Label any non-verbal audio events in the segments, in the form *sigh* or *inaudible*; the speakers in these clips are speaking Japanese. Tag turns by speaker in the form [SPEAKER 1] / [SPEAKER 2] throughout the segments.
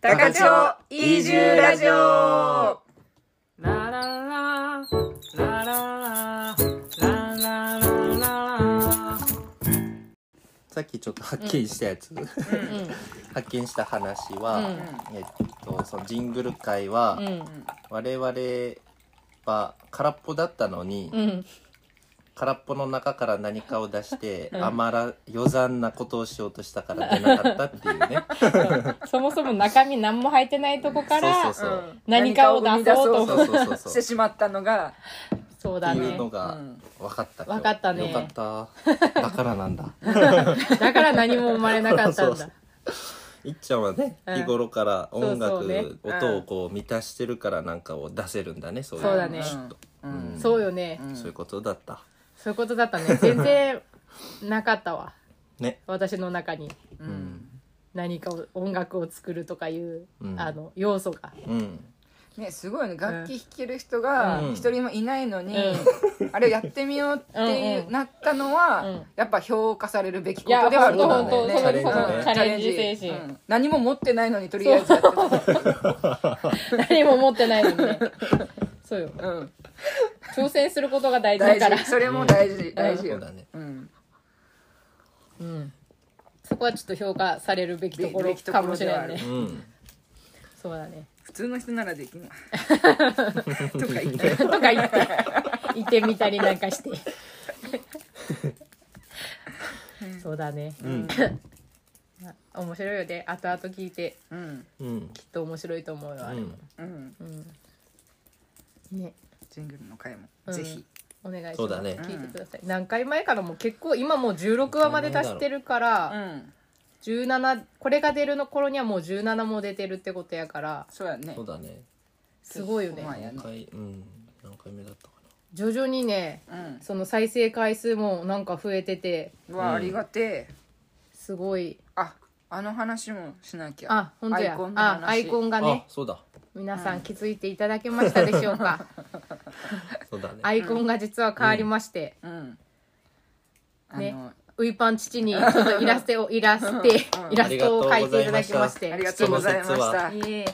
[SPEAKER 1] 高千穂移住ラジオ
[SPEAKER 2] ララララララララララ
[SPEAKER 3] さっきちょっと発見したやつ、発見した話は、えっとそのジングル界は、我々は空っぽだったのに、空っぽの中から何かを出して、あまら余残なことをしようとしたから出なかったっていうね
[SPEAKER 4] そもそも中身何も入ってないとこ *laughs*
[SPEAKER 3] そ
[SPEAKER 4] か
[SPEAKER 3] う
[SPEAKER 4] ら、
[SPEAKER 3] そうそう、
[SPEAKER 4] 何かを出そうと
[SPEAKER 3] そうそうそうそう
[SPEAKER 1] してしまったのが
[SPEAKER 4] そう
[SPEAKER 3] っ
[SPEAKER 4] だ
[SPEAKER 3] ていう
[SPEAKER 4] ね。
[SPEAKER 3] のが分かった、
[SPEAKER 4] 分かったね
[SPEAKER 3] よか
[SPEAKER 4] *laughs*
[SPEAKER 3] っただからなんだ
[SPEAKER 4] だから何も生まれなかった
[SPEAKER 3] *laughs* そ
[SPEAKER 4] ん
[SPEAKER 3] うそ
[SPEAKER 4] だ
[SPEAKER 3] う。いっちゃんはね
[SPEAKER 4] うん
[SPEAKER 3] 日頃から音楽
[SPEAKER 4] そうそうね
[SPEAKER 1] うん
[SPEAKER 3] 音をこう満たしてるからなんかを出せるんだねそういう
[SPEAKER 4] そうだね
[SPEAKER 3] ちょっとうん
[SPEAKER 4] そうよね。
[SPEAKER 3] そういうことだった
[SPEAKER 4] そういうことだったね。全然なかったわ。
[SPEAKER 3] ね
[SPEAKER 4] 私の中に
[SPEAKER 3] うん
[SPEAKER 4] 何かを音楽を作るとかいう、
[SPEAKER 3] うん
[SPEAKER 4] あの、要素が。
[SPEAKER 3] うん
[SPEAKER 1] ねすごいね楽器弾ける人が
[SPEAKER 3] うん
[SPEAKER 1] 一人もいないのに、あれをやってみようっていう
[SPEAKER 4] うんうん
[SPEAKER 1] なったのは、
[SPEAKER 4] うん
[SPEAKER 1] やっぱ評価されるべきこ
[SPEAKER 4] いや、
[SPEAKER 1] とではあ
[SPEAKER 4] 本
[SPEAKER 1] る
[SPEAKER 4] 当
[SPEAKER 1] と
[SPEAKER 4] 本
[SPEAKER 1] 思う
[SPEAKER 4] 当
[SPEAKER 1] ん
[SPEAKER 4] そ
[SPEAKER 1] だよね
[SPEAKER 4] こに
[SPEAKER 3] ほ
[SPEAKER 4] こ
[SPEAKER 3] んとほんと
[SPEAKER 4] のチャレンジ精
[SPEAKER 1] う
[SPEAKER 4] 神。
[SPEAKER 1] ん何も持ってないのにとりあえずやってた
[SPEAKER 4] 何も持ってないのにね。そうよ。
[SPEAKER 1] うん
[SPEAKER 4] 挑戦することが大事だ
[SPEAKER 1] 大
[SPEAKER 4] から
[SPEAKER 1] 事。それも大事、大事
[SPEAKER 3] そ
[SPEAKER 1] よ
[SPEAKER 3] うだね
[SPEAKER 1] うん
[SPEAKER 4] うん。そこはちょっと評価されるべきとこ
[SPEAKER 1] べ
[SPEAKER 4] ろ
[SPEAKER 1] べきところ
[SPEAKER 4] かもしれない
[SPEAKER 1] では
[SPEAKER 4] ね
[SPEAKER 3] う。ん
[SPEAKER 4] そうだね。
[SPEAKER 1] 普通の人ならでき
[SPEAKER 4] *laughs*
[SPEAKER 1] ないとか言って
[SPEAKER 4] とか言って、いてみたりなんかして。そうだね。
[SPEAKER 3] うん
[SPEAKER 4] 面白いよね。後々聞いて、
[SPEAKER 1] うん
[SPEAKER 3] うん
[SPEAKER 4] きっと面白いと思うよ。あ
[SPEAKER 3] う
[SPEAKER 4] れ
[SPEAKER 3] ん
[SPEAKER 1] うん
[SPEAKER 4] ね。
[SPEAKER 1] ジングルの回も、
[SPEAKER 4] うん
[SPEAKER 1] ぜひ
[SPEAKER 4] お願いします。
[SPEAKER 3] そうだね
[SPEAKER 4] 聞いてください。何回前からも結構、今もう16話まで足してるか
[SPEAKER 1] う
[SPEAKER 4] ら、
[SPEAKER 1] ん
[SPEAKER 4] 17、これが出るの頃にはもう17も出てるってことやから、
[SPEAKER 1] そうやね
[SPEAKER 3] そうだね
[SPEAKER 4] すごいよね。
[SPEAKER 1] まあや
[SPEAKER 3] 何
[SPEAKER 1] ね
[SPEAKER 3] 回うん何回目だったか
[SPEAKER 4] 徐々にね、
[SPEAKER 1] うん
[SPEAKER 4] その再生回数もなんか増えてて、
[SPEAKER 1] うわありがてえ
[SPEAKER 4] すごい。
[SPEAKER 1] ああの話もしなきゃ
[SPEAKER 4] あ、本当
[SPEAKER 1] アイ
[SPEAKER 4] や
[SPEAKER 1] コン。の
[SPEAKER 4] あ
[SPEAKER 1] 話、
[SPEAKER 4] アイコンが
[SPEAKER 3] な、
[SPEAKER 4] ね
[SPEAKER 3] あ。そうだ
[SPEAKER 4] 皆さん気づいていただけましたでしょ
[SPEAKER 1] *laughs*
[SPEAKER 4] うか、
[SPEAKER 3] そうだね
[SPEAKER 4] アイコンが実は変わりまして、
[SPEAKER 1] うんあ
[SPEAKER 4] ね
[SPEAKER 1] の
[SPEAKER 4] ウイパン父にちょっとイラストをイラストイラストを描いていただきまして
[SPEAKER 1] ありがとうございま
[SPEAKER 3] その説
[SPEAKER 1] し
[SPEAKER 3] は
[SPEAKER 1] た
[SPEAKER 4] いえ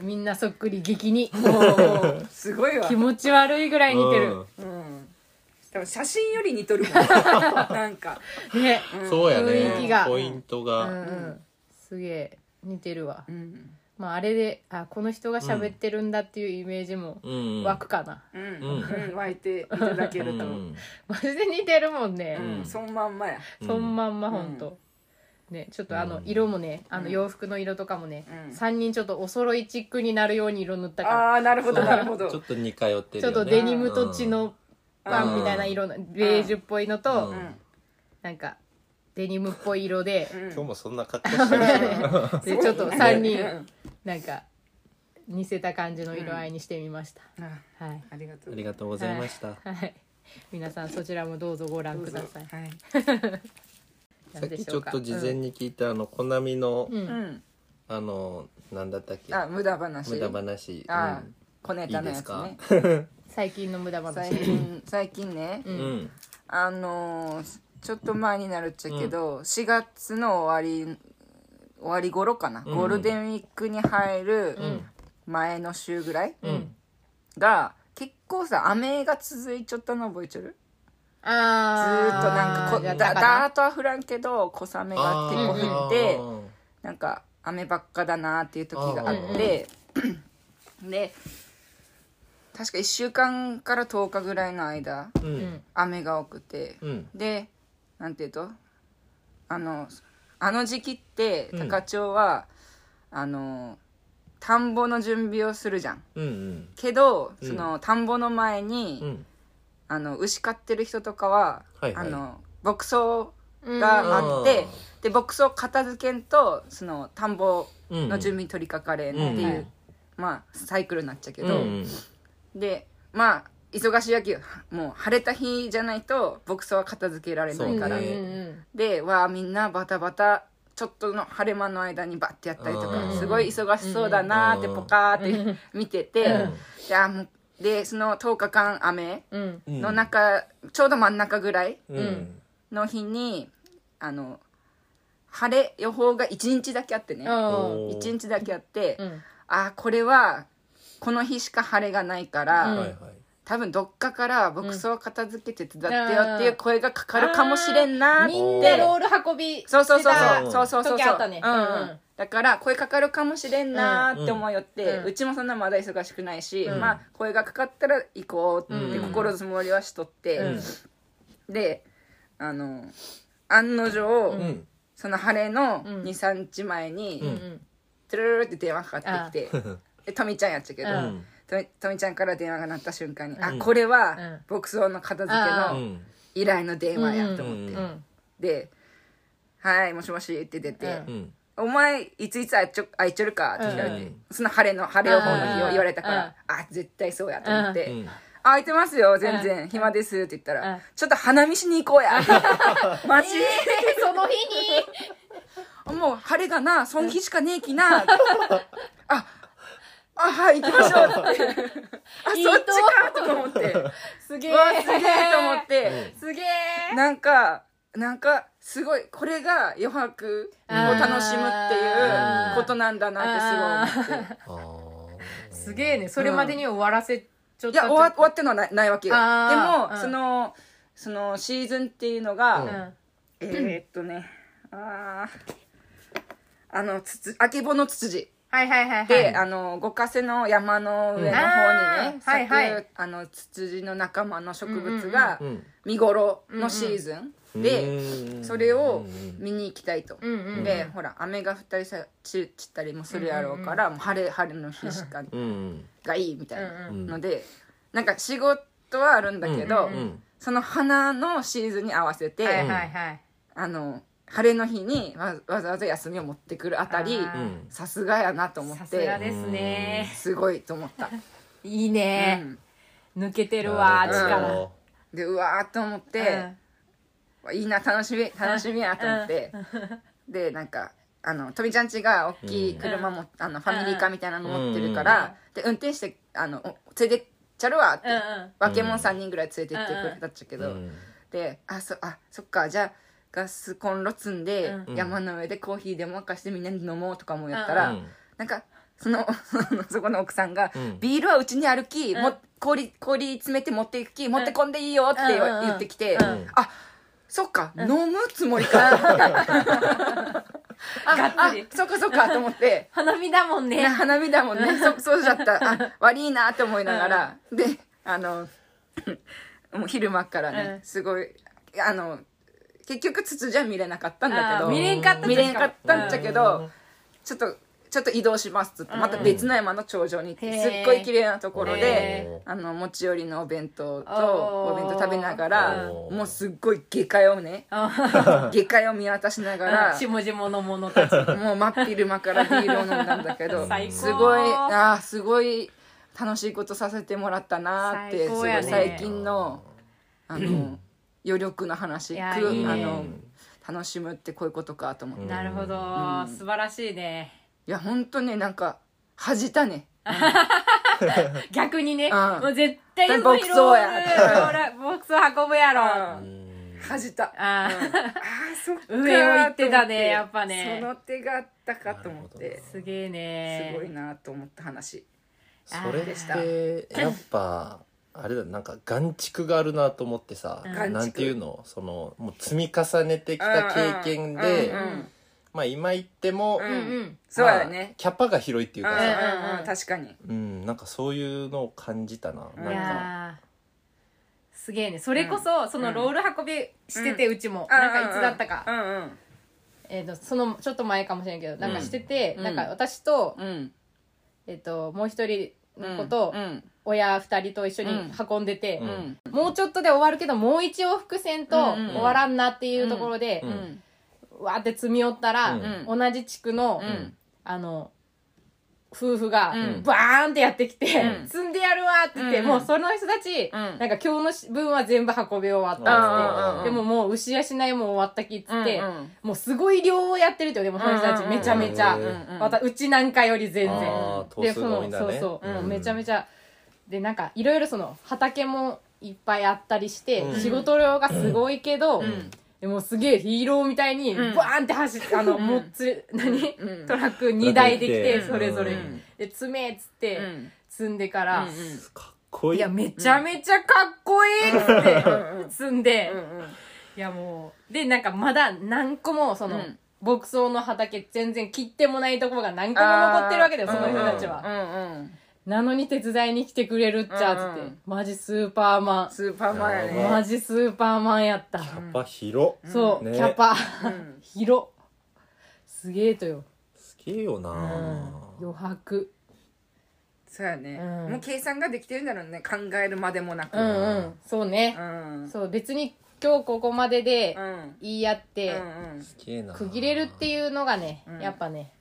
[SPEAKER 4] みんなそっくり激に
[SPEAKER 1] もうすごいわ
[SPEAKER 4] 気持ち悪いぐらい似てる、
[SPEAKER 1] うん多分写真より似
[SPEAKER 4] *laughs*
[SPEAKER 1] とるもんなんか
[SPEAKER 4] ね、
[SPEAKER 3] うんそうや
[SPEAKER 4] 雰囲気が
[SPEAKER 3] ねポイント
[SPEAKER 4] う
[SPEAKER 3] が
[SPEAKER 4] んすげえ似てるわ、
[SPEAKER 1] うん
[SPEAKER 4] まああれであこの人が喋ってるんだっていうイメージも
[SPEAKER 3] うん
[SPEAKER 4] 湧くかな、
[SPEAKER 1] うん
[SPEAKER 3] ん
[SPEAKER 1] うん湧いていただけ
[SPEAKER 3] う
[SPEAKER 1] ると
[SPEAKER 3] ん
[SPEAKER 4] マジで似てるもんね、
[SPEAKER 1] うんそんまんまや
[SPEAKER 4] そんまんまほんと、ねちょっとあの色もね、あの洋服の色とかもね、
[SPEAKER 1] うん
[SPEAKER 4] 3人ちょっとお揃いチックになるように色塗ったから、
[SPEAKER 1] ああなるほどなるほ
[SPEAKER 3] ちょ
[SPEAKER 1] ど
[SPEAKER 3] っと似通ってるよね
[SPEAKER 4] ちょっとデニムと血のパンみたいな色の、ベージュっぽいのと、
[SPEAKER 3] う
[SPEAKER 1] うん
[SPEAKER 3] ん
[SPEAKER 4] なんかデニムっぽい色で、
[SPEAKER 1] うん
[SPEAKER 3] 今日もそんな格好してるな
[SPEAKER 4] *laughs* でちょっと3人、
[SPEAKER 1] うん
[SPEAKER 4] なんか似せた感じの色合いにしてみました、
[SPEAKER 1] あ
[SPEAKER 4] はい *laughs*
[SPEAKER 1] ありがと
[SPEAKER 3] あ
[SPEAKER 1] う
[SPEAKER 3] りがとうございました
[SPEAKER 4] はい皆さんそちらもどうぞご覧
[SPEAKER 1] どう
[SPEAKER 4] く
[SPEAKER 1] ぞ
[SPEAKER 4] ださい
[SPEAKER 1] はい
[SPEAKER 3] さ
[SPEAKER 4] なん
[SPEAKER 3] っ
[SPEAKER 4] で
[SPEAKER 3] き
[SPEAKER 4] し
[SPEAKER 3] ちょ
[SPEAKER 4] ょう
[SPEAKER 3] っ
[SPEAKER 4] か
[SPEAKER 3] と事前に聞いたあのコナミの
[SPEAKER 4] うん、う
[SPEAKER 1] うんん
[SPEAKER 3] あのなんだったっけ
[SPEAKER 1] あ無駄話
[SPEAKER 3] 無駄話
[SPEAKER 1] あ小ネタのやつ
[SPEAKER 3] いい
[SPEAKER 1] ね
[SPEAKER 4] 最近の無駄話
[SPEAKER 1] 最近最近ね
[SPEAKER 3] うんうん
[SPEAKER 1] あのーちょっと前になるっちゃけど、4月の終わり終わり頃かな、
[SPEAKER 3] うん
[SPEAKER 1] ゴールデンウィークに入る
[SPEAKER 4] ん
[SPEAKER 1] 前の週ぐらい、
[SPEAKER 3] うん
[SPEAKER 1] が結構さ雨が続いちゃったの覚えちゃるず
[SPEAKER 4] あ
[SPEAKER 1] ーっとなんかこ
[SPEAKER 4] や
[SPEAKER 1] だ
[SPEAKER 4] った
[SPEAKER 1] だ
[SPEAKER 4] か
[SPEAKER 1] ーっとは降らんけど小雨が結構降ってなんか雨ばっかだなーっていう時があって、で確か1週間から10日ぐらいの間
[SPEAKER 3] うん
[SPEAKER 4] うん
[SPEAKER 1] 雨が多くて、
[SPEAKER 3] うん
[SPEAKER 1] でなんていうとあのあの時期って
[SPEAKER 3] うん
[SPEAKER 1] 高千穂は、あの田んぼの準備をするじゃん
[SPEAKER 3] うんうん
[SPEAKER 1] けどその、田んぼの前に、
[SPEAKER 3] うん
[SPEAKER 1] あの牛飼ってる人とかは、
[SPEAKER 3] はいはい
[SPEAKER 1] あの牧草があって、
[SPEAKER 3] うん
[SPEAKER 1] で牧草片付けんとその田んぼ
[SPEAKER 3] うん
[SPEAKER 1] の準備に取り掛かれんっていう、まあサイクルになっちゃうけど、
[SPEAKER 3] うん
[SPEAKER 1] でまあ忙しい秋もう晴れた日じゃないと牧草は片付けられないから、
[SPEAKER 3] そうね
[SPEAKER 4] うんうん
[SPEAKER 1] でわあみんなバタバタちょっとの晴れ間の間にバッてやったりと
[SPEAKER 3] う
[SPEAKER 1] か
[SPEAKER 3] ん
[SPEAKER 1] すごい忙しそうだなーって
[SPEAKER 3] うん
[SPEAKER 1] ポカーって見てて、
[SPEAKER 3] ん
[SPEAKER 1] であもうでその10日間雨
[SPEAKER 4] うん
[SPEAKER 3] うん
[SPEAKER 1] の中、ちょうど真ん中ぐらい
[SPEAKER 3] うん
[SPEAKER 1] の日にあの晴れ予報が1日だけあってね
[SPEAKER 4] うん
[SPEAKER 1] 1日だけあって、
[SPEAKER 4] うん
[SPEAKER 1] あーこれはこの日しか晴れがないから、
[SPEAKER 3] はいはい
[SPEAKER 1] 多分どっかから牧草を片付けて手伝ってよ
[SPEAKER 4] うん
[SPEAKER 1] っていう声がかかるかもしれんなーって
[SPEAKER 4] みんなロール運び
[SPEAKER 1] そうそうそう
[SPEAKER 4] して
[SPEAKER 1] そ
[SPEAKER 4] た
[SPEAKER 1] うそうそうそう
[SPEAKER 4] 時あったね
[SPEAKER 1] うん
[SPEAKER 4] うんうん
[SPEAKER 1] だから声かかるかもしれんなーって思いよって、
[SPEAKER 4] う
[SPEAKER 1] うんちもそんなまだ忙しくないし、
[SPEAKER 3] うん
[SPEAKER 1] まあ声がかかったら行こうって心づもりはしとって、
[SPEAKER 4] うん
[SPEAKER 1] であの案の定、
[SPEAKER 3] うん
[SPEAKER 1] その晴れの
[SPEAKER 4] うん
[SPEAKER 1] 23日前に、
[SPEAKER 3] うん
[SPEAKER 4] うん
[SPEAKER 1] トゥルルルって電話かかってきてえトミちゃんやっちゃけど、
[SPEAKER 4] う
[SPEAKER 3] うんん
[SPEAKER 1] とみとみちゃんから電話が鳴った瞬間に、
[SPEAKER 3] う
[SPEAKER 1] あ
[SPEAKER 3] ん
[SPEAKER 1] これ
[SPEAKER 4] う
[SPEAKER 1] は
[SPEAKER 4] ん
[SPEAKER 1] 牧草の片付け
[SPEAKER 3] う
[SPEAKER 1] の
[SPEAKER 3] ん
[SPEAKER 1] 依頼の電話やと思って、
[SPEAKER 3] うん
[SPEAKER 4] うん
[SPEAKER 1] で「はいもしもし」って出て
[SPEAKER 4] うん
[SPEAKER 3] うん
[SPEAKER 1] 「お前いついつあいちょあいちょるか」って聞かれて、
[SPEAKER 3] うん
[SPEAKER 1] その晴れの晴れ予報の日
[SPEAKER 4] う
[SPEAKER 1] を
[SPEAKER 4] ん
[SPEAKER 1] 言われたから「あ絶対そうや」と思って「
[SPEAKER 3] うん
[SPEAKER 1] あ空いてますよ全
[SPEAKER 4] うん
[SPEAKER 1] 然暇です」って言ったら「
[SPEAKER 4] うん
[SPEAKER 1] ちょっと花見しに行こうや」
[SPEAKER 3] *laughs*
[SPEAKER 1] マジ、
[SPEAKER 4] その日に
[SPEAKER 1] もう晴れがなそん日しかねえき
[SPEAKER 4] *laughs*
[SPEAKER 1] な」ああはい行きましょう」ってあ
[SPEAKER 4] いいと
[SPEAKER 1] そっちか」とか思って「うわ
[SPEAKER 4] すげえ
[SPEAKER 1] すげえ」と思って。
[SPEAKER 4] すげえ
[SPEAKER 1] なんかなんかすごいこれが余白を楽しむっていうことなんだなってすごい思って
[SPEAKER 3] あー
[SPEAKER 4] すげえねそれまでに終わらせちょっ
[SPEAKER 1] い
[SPEAKER 4] と
[SPEAKER 1] や終わ終わってのはないないわけよで
[SPEAKER 4] あー
[SPEAKER 1] も、
[SPEAKER 4] うん
[SPEAKER 1] そのそのシーズンっていうのが、
[SPEAKER 3] うん
[SPEAKER 1] えーっとねあーあのつつあけぼのツツジ
[SPEAKER 4] はいはいはいはい
[SPEAKER 1] で、あの五ヶ瀬の山の上の方に
[SPEAKER 4] うん
[SPEAKER 1] ね、
[SPEAKER 4] あーはいはい
[SPEAKER 1] 咲くあのツツジの仲間の植物が
[SPEAKER 3] うん
[SPEAKER 1] 見頃のシーズン、で、
[SPEAKER 3] うん
[SPEAKER 1] それを
[SPEAKER 3] うん
[SPEAKER 1] 見に行きたいと。
[SPEAKER 4] うんうん
[SPEAKER 1] で、ほら雨が降ったりさち散ったりもするやろうから、もう晴れ晴れの日しか
[SPEAKER 3] うん
[SPEAKER 1] がいいみたい
[SPEAKER 4] うん
[SPEAKER 1] な
[SPEAKER 3] うん
[SPEAKER 1] ので、なんか仕事はあるんだけど、
[SPEAKER 3] うん
[SPEAKER 1] その花のシーズンに合わせて、
[SPEAKER 4] はいはいはい
[SPEAKER 1] あの晴れの日にわわざわざ休みを持ってくるあたり
[SPEAKER 4] あ
[SPEAKER 3] う
[SPEAKER 4] ー
[SPEAKER 3] ん
[SPEAKER 1] さすがやなと思
[SPEAKER 4] さ
[SPEAKER 1] っ
[SPEAKER 4] すが
[SPEAKER 1] て
[SPEAKER 4] ですね
[SPEAKER 1] すごいと思
[SPEAKER 3] *laughs*
[SPEAKER 1] った、
[SPEAKER 4] いいね
[SPEAKER 1] うん
[SPEAKER 4] 抜けてるわ
[SPEAKER 3] なるほ
[SPEAKER 4] 力
[SPEAKER 3] ど
[SPEAKER 1] でうわーと思って、いいな楽しみ楽しみやと思って、でなんかあの富ちゃん家が大きい車も、あのファミリーカーみたいなの持ってるから、で運転してあのお連れてっちゃるわって、
[SPEAKER 4] うんうん
[SPEAKER 1] 若者3人ぐらい連れてってくれたっちゃけど、
[SPEAKER 3] うん
[SPEAKER 1] であそあそっかじゃあガスコンロ積んで、
[SPEAKER 3] ん
[SPEAKER 1] 山の上でコーヒーでも沸かしてみんなで飲もうとかもやったら、
[SPEAKER 3] うん
[SPEAKER 1] なんかそのそこの奥さんが、
[SPEAKER 3] うん
[SPEAKER 1] ビールはうちにあるき、
[SPEAKER 4] うん
[SPEAKER 1] も氷氷詰めて持っていくき持ってこんでいいよって言わ
[SPEAKER 4] うんうんうん
[SPEAKER 1] 言ってきて、
[SPEAKER 4] うん
[SPEAKER 1] あそっか、飲むつもりかと思って *laughs* あ
[SPEAKER 4] がっ
[SPEAKER 1] あ
[SPEAKER 4] つり
[SPEAKER 1] そっかそっかと思って
[SPEAKER 4] 花見だもんね *laughs*
[SPEAKER 1] な花見だもんねそそうだったあ悪いなと思いながら、であの *laughs* もう昼間っからね、
[SPEAKER 4] うん
[SPEAKER 1] すごいあの結局ツツじゃ見れなかったんだけ
[SPEAKER 4] あー
[SPEAKER 1] ど
[SPEAKER 4] 見れんかった
[SPEAKER 1] 見れんかったん
[SPEAKER 4] じ
[SPEAKER 1] じ
[SPEAKER 4] ゃ
[SPEAKER 1] ゃけど、ちょっとちょっと移動しますっつってまた別の山の頂上に行っ
[SPEAKER 4] うん
[SPEAKER 1] てす
[SPEAKER 4] へー
[SPEAKER 1] っごい綺麗なところ
[SPEAKER 3] へ
[SPEAKER 1] であの持ち寄りのお弁当と
[SPEAKER 4] おー
[SPEAKER 1] お弁当食べながら
[SPEAKER 3] おー
[SPEAKER 1] もうすっごい下界を
[SPEAKER 4] *laughs*
[SPEAKER 1] ね下界を見渡しながら
[SPEAKER 4] しもじもの者たち
[SPEAKER 1] もう真っ昼間からビールを飲んだんだけ *laughs* ど
[SPEAKER 4] 最高
[SPEAKER 1] すごいあーすごい楽しいことさせてもらったなーってす
[SPEAKER 4] 最高
[SPEAKER 1] ご
[SPEAKER 4] や
[SPEAKER 1] い
[SPEAKER 4] ね
[SPEAKER 1] 最近のあの余力の話
[SPEAKER 4] いや
[SPEAKER 1] く
[SPEAKER 4] いいね
[SPEAKER 1] あの楽しむってこういうことかと思って。
[SPEAKER 4] なるほど素晴らしいね
[SPEAKER 1] いや本当ねなんか恥じたね
[SPEAKER 4] 逆にね
[SPEAKER 1] うん
[SPEAKER 4] もう絶
[SPEAKER 1] 絶
[SPEAKER 4] 対
[SPEAKER 1] 対牧草や *laughs*
[SPEAKER 4] ボクソ運ぶやろ
[SPEAKER 1] 恥じたあ
[SPEAKER 4] あー
[SPEAKER 1] ーそっかー
[SPEAKER 4] 上を行ってたね
[SPEAKER 1] と思
[SPEAKER 4] やっぱね
[SPEAKER 1] その手があったかと思ってす
[SPEAKER 4] すげえね
[SPEAKER 1] ごいなと思った話
[SPEAKER 3] それってやっぱあれだなんか眼蓄があるなと思ってさ、
[SPEAKER 1] ん
[SPEAKER 3] なんていうのそのもう積み重ねてきた経験で、
[SPEAKER 1] うんうん
[SPEAKER 3] まあ今言っても、
[SPEAKER 1] う
[SPEAKER 4] うんん
[SPEAKER 1] そうだよね、
[SPEAKER 3] キャパが広いっていう
[SPEAKER 1] うんう
[SPEAKER 3] かさ、
[SPEAKER 1] んうん確かに
[SPEAKER 3] うん、なんかそういうのを感じたな。
[SPEAKER 4] うんい
[SPEAKER 3] なんか、
[SPEAKER 4] やーすげえねそれこそそのロール運びしててうちも
[SPEAKER 1] うん
[SPEAKER 4] なんかいつだったか
[SPEAKER 1] うんうん
[SPEAKER 4] えーとそのちょっと前かもしれんけどなんかしてて
[SPEAKER 1] うん
[SPEAKER 4] なんか私と
[SPEAKER 1] うん
[SPEAKER 4] えっともう一人
[SPEAKER 1] うん
[SPEAKER 4] の子と
[SPEAKER 1] うん
[SPEAKER 4] 親2人と一緒に運んでて、
[SPEAKER 1] う
[SPEAKER 3] うん
[SPEAKER 1] ん
[SPEAKER 4] もうちょっとで終わるけどもう一往復戦と
[SPEAKER 1] うんうん
[SPEAKER 4] 終わらんなっていうところで
[SPEAKER 1] う、
[SPEAKER 3] ん
[SPEAKER 1] ん
[SPEAKER 4] わーって積み寄ったら、
[SPEAKER 1] うん
[SPEAKER 4] 同じ地区の、
[SPEAKER 1] ん
[SPEAKER 4] あの夫婦が
[SPEAKER 1] うん
[SPEAKER 4] バーンってやってきて、
[SPEAKER 1] ん
[SPEAKER 4] 積んでやるわーって言って、
[SPEAKER 1] うん
[SPEAKER 4] もうその人たち、
[SPEAKER 1] ん
[SPEAKER 4] なんか今日の分は全部運び終わっ
[SPEAKER 1] うん
[SPEAKER 4] たっつって。
[SPEAKER 1] うんうん
[SPEAKER 4] でももう牛やしないも終わったきっつって、
[SPEAKER 1] うんうん
[SPEAKER 4] もうすごい量をやってるってよでもその人たち
[SPEAKER 1] うんうんうん
[SPEAKER 4] めちゃめちゃ、
[SPEAKER 3] うん
[SPEAKER 1] うん
[SPEAKER 4] またうちなんかより全然
[SPEAKER 3] あー
[SPEAKER 4] で
[SPEAKER 3] 頭数
[SPEAKER 4] そ
[SPEAKER 3] が多
[SPEAKER 4] の
[SPEAKER 3] いんだ
[SPEAKER 4] そう
[SPEAKER 3] ね
[SPEAKER 4] そう、
[SPEAKER 3] うん
[SPEAKER 4] もうめちゃめちゃでなんかいろいろその畑もいっぱいあったりして、
[SPEAKER 3] うん
[SPEAKER 4] 仕事量がすごいけど、
[SPEAKER 1] ん
[SPEAKER 4] でもうすげえヒーローみたいにバ
[SPEAKER 1] うん
[SPEAKER 4] ーンって走って、あの
[SPEAKER 1] うん
[SPEAKER 4] もっつ何、
[SPEAKER 1] うん
[SPEAKER 4] トラック2台できて
[SPEAKER 3] うん
[SPEAKER 4] それぞれ、
[SPEAKER 3] うん
[SPEAKER 4] で詰めっつって、
[SPEAKER 1] うん
[SPEAKER 4] 積んでから、
[SPEAKER 3] かっこい
[SPEAKER 4] い
[SPEAKER 3] い
[SPEAKER 4] やめちゃめちゃかっこいいっつって
[SPEAKER 1] うんうん
[SPEAKER 4] 積んで、
[SPEAKER 1] うんうん
[SPEAKER 4] いやもうでなんかまだ何個もその、
[SPEAKER 1] うん
[SPEAKER 4] 牧草の畑全然切ってもないところが何個も残ってるわけだよ
[SPEAKER 1] あ
[SPEAKER 4] そ
[SPEAKER 1] ー
[SPEAKER 4] の人たちは、
[SPEAKER 1] うんうん
[SPEAKER 4] なのに手伝いに来てくれるっちゃ
[SPEAKER 1] うんうん
[SPEAKER 4] っつって、マジスーパーマ
[SPEAKER 1] スーパーマンや
[SPEAKER 4] ン
[SPEAKER 3] うん
[SPEAKER 4] マ
[SPEAKER 1] ね
[SPEAKER 4] ジスーパーマンやった、
[SPEAKER 3] キャパ広
[SPEAKER 4] そう、
[SPEAKER 3] ね
[SPEAKER 4] キャパ、
[SPEAKER 1] ん
[SPEAKER 4] *laughs* 広すげえとよ
[SPEAKER 3] すげえよな
[SPEAKER 4] 余白
[SPEAKER 1] そうやね
[SPEAKER 4] うん
[SPEAKER 1] もう計算ができてるんだろうね考えるまでもなく
[SPEAKER 4] うんうんそうね
[SPEAKER 1] う、ん
[SPEAKER 4] そう別に今日ここまでで
[SPEAKER 1] うん
[SPEAKER 4] 言い合って、
[SPEAKER 1] うん
[SPEAKER 3] すげえな
[SPEAKER 4] 区切れるっていうのがね、
[SPEAKER 1] うん
[SPEAKER 4] やっぱね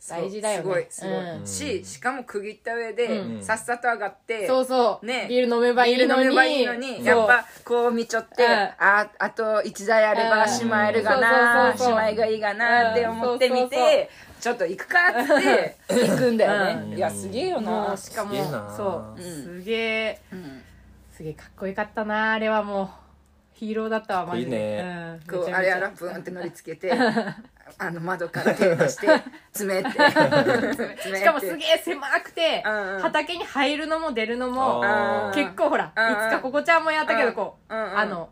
[SPEAKER 1] そう
[SPEAKER 4] 大事だよね
[SPEAKER 1] すごいすごい、
[SPEAKER 4] うん
[SPEAKER 1] ししかも区切った上で、
[SPEAKER 4] うん
[SPEAKER 1] さっさと上がって
[SPEAKER 4] そうそう、
[SPEAKER 1] ね
[SPEAKER 4] ビール飲めばいい
[SPEAKER 1] ビー
[SPEAKER 4] の
[SPEAKER 1] ル
[SPEAKER 4] に
[SPEAKER 1] 飲めばいいのに
[SPEAKER 4] そう
[SPEAKER 1] やっぱこう見ちょって、
[SPEAKER 4] うん
[SPEAKER 1] ああと1台あれば
[SPEAKER 4] うん
[SPEAKER 1] しまえるがな、
[SPEAKER 4] そう
[SPEAKER 1] し
[SPEAKER 4] そうそうそう
[SPEAKER 1] まいがいいがなって思ってみて、ちょっと行くかっつ
[SPEAKER 4] *laughs*
[SPEAKER 1] って行くんだよね、
[SPEAKER 3] うん
[SPEAKER 1] いやすげえよな、
[SPEAKER 4] もうしかも
[SPEAKER 3] すげえな
[SPEAKER 4] そ
[SPEAKER 3] うん
[SPEAKER 4] う、すげえ
[SPEAKER 1] うん
[SPEAKER 4] すげえかっこよかったなあれはもうヒーローだったわマジで
[SPEAKER 3] かっこいいね
[SPEAKER 4] うん、
[SPEAKER 1] こうあれ
[SPEAKER 4] めち
[SPEAKER 1] や
[SPEAKER 4] ゃめちゃ
[SPEAKER 1] らブーンって乗りつけ
[SPEAKER 4] *laughs*
[SPEAKER 1] てあの窓から手出して爪って爪
[SPEAKER 4] しかもすげえ狭くて、
[SPEAKER 1] うんうん
[SPEAKER 4] 畑に入るのも出るのも
[SPEAKER 3] あー
[SPEAKER 4] 結構ほら、
[SPEAKER 1] うんうん
[SPEAKER 4] いつかここちゃんもやったけどこう、
[SPEAKER 1] うんうん
[SPEAKER 4] あの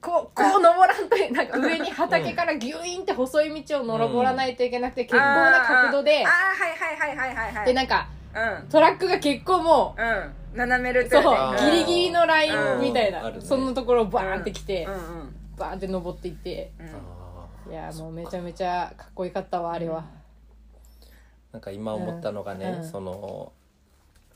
[SPEAKER 4] こうこう登らんとなんか上に畑からギュインって細い道を登らないといけなくて、結構な角度で
[SPEAKER 1] あー、あーはいはいはいはいはいはい
[SPEAKER 4] でなんか
[SPEAKER 1] うん
[SPEAKER 4] トラックが結構もう、
[SPEAKER 1] うん斜める
[SPEAKER 4] そう
[SPEAKER 3] あー
[SPEAKER 4] ギリギリのラインみたい
[SPEAKER 3] うんあ
[SPEAKER 4] な、
[SPEAKER 3] るね
[SPEAKER 4] そんなところをバーンって来て、
[SPEAKER 1] うんうん
[SPEAKER 4] バーンって登っていって
[SPEAKER 3] あー
[SPEAKER 4] いやーもうめちゃめちゃかっこよかったわあれは、
[SPEAKER 3] なんか今思ったのがね、
[SPEAKER 4] うん
[SPEAKER 3] その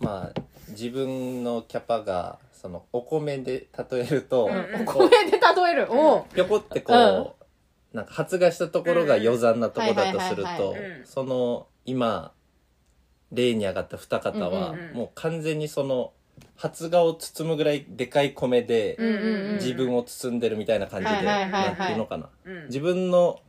[SPEAKER 3] まあ自分のキャパがそのお米で例えると、
[SPEAKER 4] *laughs* うん、
[SPEAKER 3] こ
[SPEAKER 4] 公
[SPEAKER 3] う
[SPEAKER 4] 園で例えるおう
[SPEAKER 3] ぴょこってこう、なんか発芽したところが余残なところだとする
[SPEAKER 4] はいはい
[SPEAKER 3] と
[SPEAKER 1] はいはいうん
[SPEAKER 3] その今例に上がった二方は、
[SPEAKER 4] うん
[SPEAKER 1] うんうん
[SPEAKER 3] もう完全にその発芽を包むぐらいでかい米で
[SPEAKER 4] うんうんうん
[SPEAKER 3] 自分を包んでるみたいな感じ
[SPEAKER 4] は
[SPEAKER 3] で
[SPEAKER 4] いはいはいは
[SPEAKER 3] ないっていうのかな。
[SPEAKER 1] うん
[SPEAKER 3] 自分の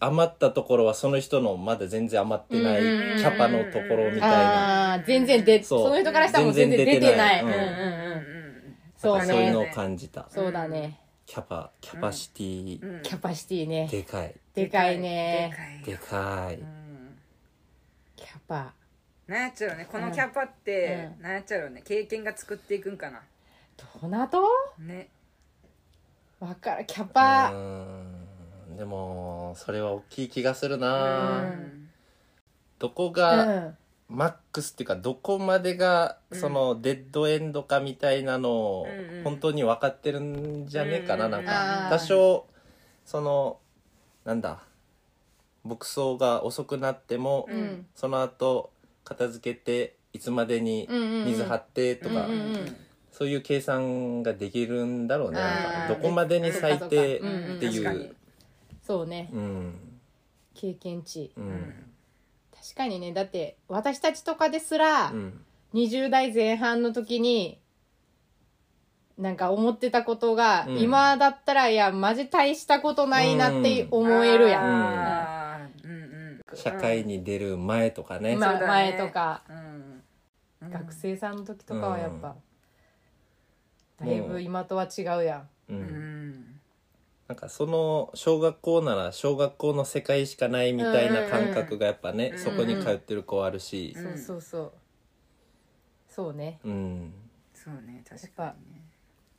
[SPEAKER 3] 余ったところはその人のまだ全然余ってない
[SPEAKER 4] うんうんうん
[SPEAKER 3] キャパのところみたいな、
[SPEAKER 4] あー全然で
[SPEAKER 3] そ
[SPEAKER 4] そうの人からしたらもう全然出てない
[SPEAKER 3] 全然出て
[SPEAKER 4] うんうんうん
[SPEAKER 3] そ
[SPEAKER 4] そうう
[SPEAKER 3] そういうのを
[SPEAKER 4] ね
[SPEAKER 3] 感じた
[SPEAKER 4] そうだね
[SPEAKER 3] キャパキャパシティ、
[SPEAKER 1] うん
[SPEAKER 4] キャパシティね
[SPEAKER 3] でかい
[SPEAKER 4] でかいね
[SPEAKER 1] で
[SPEAKER 3] で
[SPEAKER 1] かい
[SPEAKER 3] かい、
[SPEAKER 1] うん
[SPEAKER 4] キャパ
[SPEAKER 1] なんやっちゃろうねこのキャパって
[SPEAKER 4] う
[SPEAKER 1] なんやっちゃろうね経験が作っていくんかな
[SPEAKER 4] どなと
[SPEAKER 1] ね
[SPEAKER 4] わからキャパ
[SPEAKER 3] うーんでもそれは大きい気がするな、
[SPEAKER 1] うん
[SPEAKER 3] どこ
[SPEAKER 4] う
[SPEAKER 3] が、
[SPEAKER 4] ん
[SPEAKER 3] マックスっていうかどこまでが
[SPEAKER 1] うん
[SPEAKER 3] そのデッドエンドかみたいなのを
[SPEAKER 1] うんうん
[SPEAKER 3] 本当に分かってるんじゃねえかな、
[SPEAKER 1] うんう
[SPEAKER 3] なんんか
[SPEAKER 4] あー
[SPEAKER 3] 多少そのなんだ牧草が遅くなっても、
[SPEAKER 4] うん
[SPEAKER 1] うん
[SPEAKER 3] その後片付けていつまでに
[SPEAKER 4] うんうんうん
[SPEAKER 3] 水張ってとか、
[SPEAKER 4] うんうん
[SPEAKER 3] そういう計算ができるんだろうねなん
[SPEAKER 4] あ
[SPEAKER 3] か
[SPEAKER 4] ー
[SPEAKER 3] どこまでに最低っ
[SPEAKER 4] うんうん
[SPEAKER 3] て
[SPEAKER 1] 確
[SPEAKER 3] い
[SPEAKER 1] かに
[SPEAKER 3] う。
[SPEAKER 4] そうね
[SPEAKER 3] うん
[SPEAKER 4] 経験値
[SPEAKER 3] うん
[SPEAKER 4] 確かにねだって私たちとかですら
[SPEAKER 3] うん
[SPEAKER 4] 20代前半の時になんか思ってたことが、
[SPEAKER 3] うん
[SPEAKER 4] 今だったらいやマジ大したことないなって思えるやん、
[SPEAKER 1] あーうんうん
[SPEAKER 3] 社会に出る前とかね、
[SPEAKER 4] まあ
[SPEAKER 1] そうだね
[SPEAKER 4] 前とか
[SPEAKER 1] うん
[SPEAKER 4] 学生さんの時とかはやっぱ、
[SPEAKER 3] うん
[SPEAKER 4] だいぶ今とは違うやん
[SPEAKER 1] う
[SPEAKER 3] う
[SPEAKER 1] んん
[SPEAKER 3] なんかその小学校なら小学校の世界しかないみたいな感覚がやっぱね、
[SPEAKER 1] うん
[SPEAKER 3] そこに通ってる子はあるし、
[SPEAKER 1] ん
[SPEAKER 4] そうそうそうそうね
[SPEAKER 3] うん
[SPEAKER 1] そうね確
[SPEAKER 4] やっ
[SPEAKER 1] か
[SPEAKER 4] ぱ
[SPEAKER 1] にね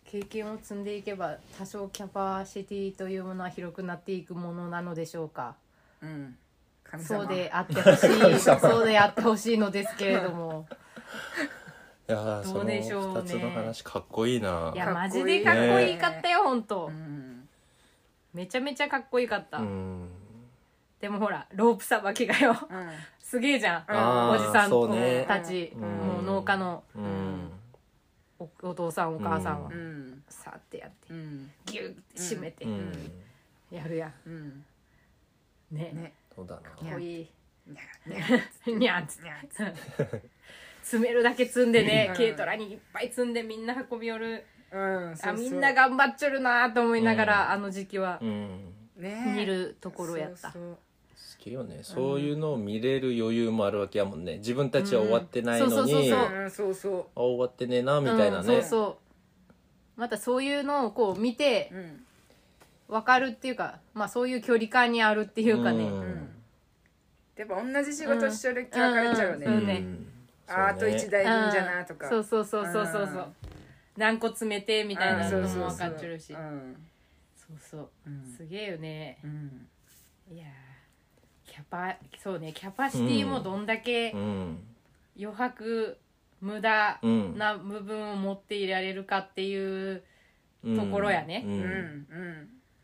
[SPEAKER 4] 経験を積んでいけば多少キャパシティというものは広くなっていくものなのでしょうか
[SPEAKER 1] うん神様
[SPEAKER 4] そうであってほし
[SPEAKER 1] *laughs*
[SPEAKER 4] いそうであってほしいのですけれども
[SPEAKER 3] いやーそ
[SPEAKER 4] ど
[SPEAKER 3] の
[SPEAKER 4] うでしょうね
[SPEAKER 3] 2つの話かっこいいない
[SPEAKER 4] や
[SPEAKER 1] か
[SPEAKER 4] マ
[SPEAKER 1] っこいい
[SPEAKER 4] ジでかっこいいかったよ本当、
[SPEAKER 1] うん
[SPEAKER 4] めちゃめちゃかっこいいかった、
[SPEAKER 3] うん
[SPEAKER 4] でもほらロープさばきがよ
[SPEAKER 1] うん
[SPEAKER 4] すげえじゃん
[SPEAKER 3] あ
[SPEAKER 4] お
[SPEAKER 3] ー
[SPEAKER 4] じさん
[SPEAKER 3] そうね
[SPEAKER 4] たち、
[SPEAKER 3] うん
[SPEAKER 4] もう農家の
[SPEAKER 3] うん
[SPEAKER 4] おお父さんお母さんは、
[SPEAKER 1] うん
[SPEAKER 4] さーってやっ
[SPEAKER 1] う
[SPEAKER 4] て
[SPEAKER 1] ん
[SPEAKER 4] ギュッて締めて
[SPEAKER 3] うん、
[SPEAKER 4] やるやん、
[SPEAKER 1] うん
[SPEAKER 4] ね
[SPEAKER 1] ね
[SPEAKER 3] そうだな
[SPEAKER 4] かっこいい
[SPEAKER 1] にゃにゃ
[SPEAKER 4] *laughs* にゃんつって
[SPEAKER 1] にゃ
[SPEAKER 4] 詰めるだけ積んでね、
[SPEAKER 1] うん
[SPEAKER 4] 軽トラにいっぱい積んでみんな運び寄る
[SPEAKER 1] うんそうそう
[SPEAKER 4] あみんな頑張っちょるなーと思いながら、あの時期は
[SPEAKER 3] うん
[SPEAKER 1] ね
[SPEAKER 4] 見るところやった、
[SPEAKER 1] そうそう
[SPEAKER 3] 好きよねそういうのを見れる余裕もあるわけやもんね自分たちは終わってないのに、
[SPEAKER 4] うんそうそうそう
[SPEAKER 3] あ
[SPEAKER 1] うんそうそ
[SPEAKER 3] 終わってねえなみたいなね、
[SPEAKER 4] うんそうそうまたそういうのをこう見て
[SPEAKER 1] ううん
[SPEAKER 4] 分かるっていうか、まあ、そういう距離感にあるっていうかね、
[SPEAKER 3] うん
[SPEAKER 1] やっぱ同じ仕事してる気分かれちゃうよね,、
[SPEAKER 4] うんうんね
[SPEAKER 1] ああと一台いるんじゃなとか、
[SPEAKER 4] そうそうそうそうそうそううん何個詰めてみたいな
[SPEAKER 1] そ
[SPEAKER 4] の
[SPEAKER 1] うそう
[SPEAKER 4] も
[SPEAKER 1] そう
[SPEAKER 4] 分かっちゃうし
[SPEAKER 1] うん
[SPEAKER 4] そうそう
[SPEAKER 1] うん
[SPEAKER 4] すげえよね
[SPEAKER 1] うん
[SPEAKER 4] いやーキャパそうねキャパシティもどんだけ
[SPEAKER 3] うん
[SPEAKER 4] 余白無駄
[SPEAKER 3] うん
[SPEAKER 4] な部分を持っていられるかっていうところやね
[SPEAKER 3] うん
[SPEAKER 1] うん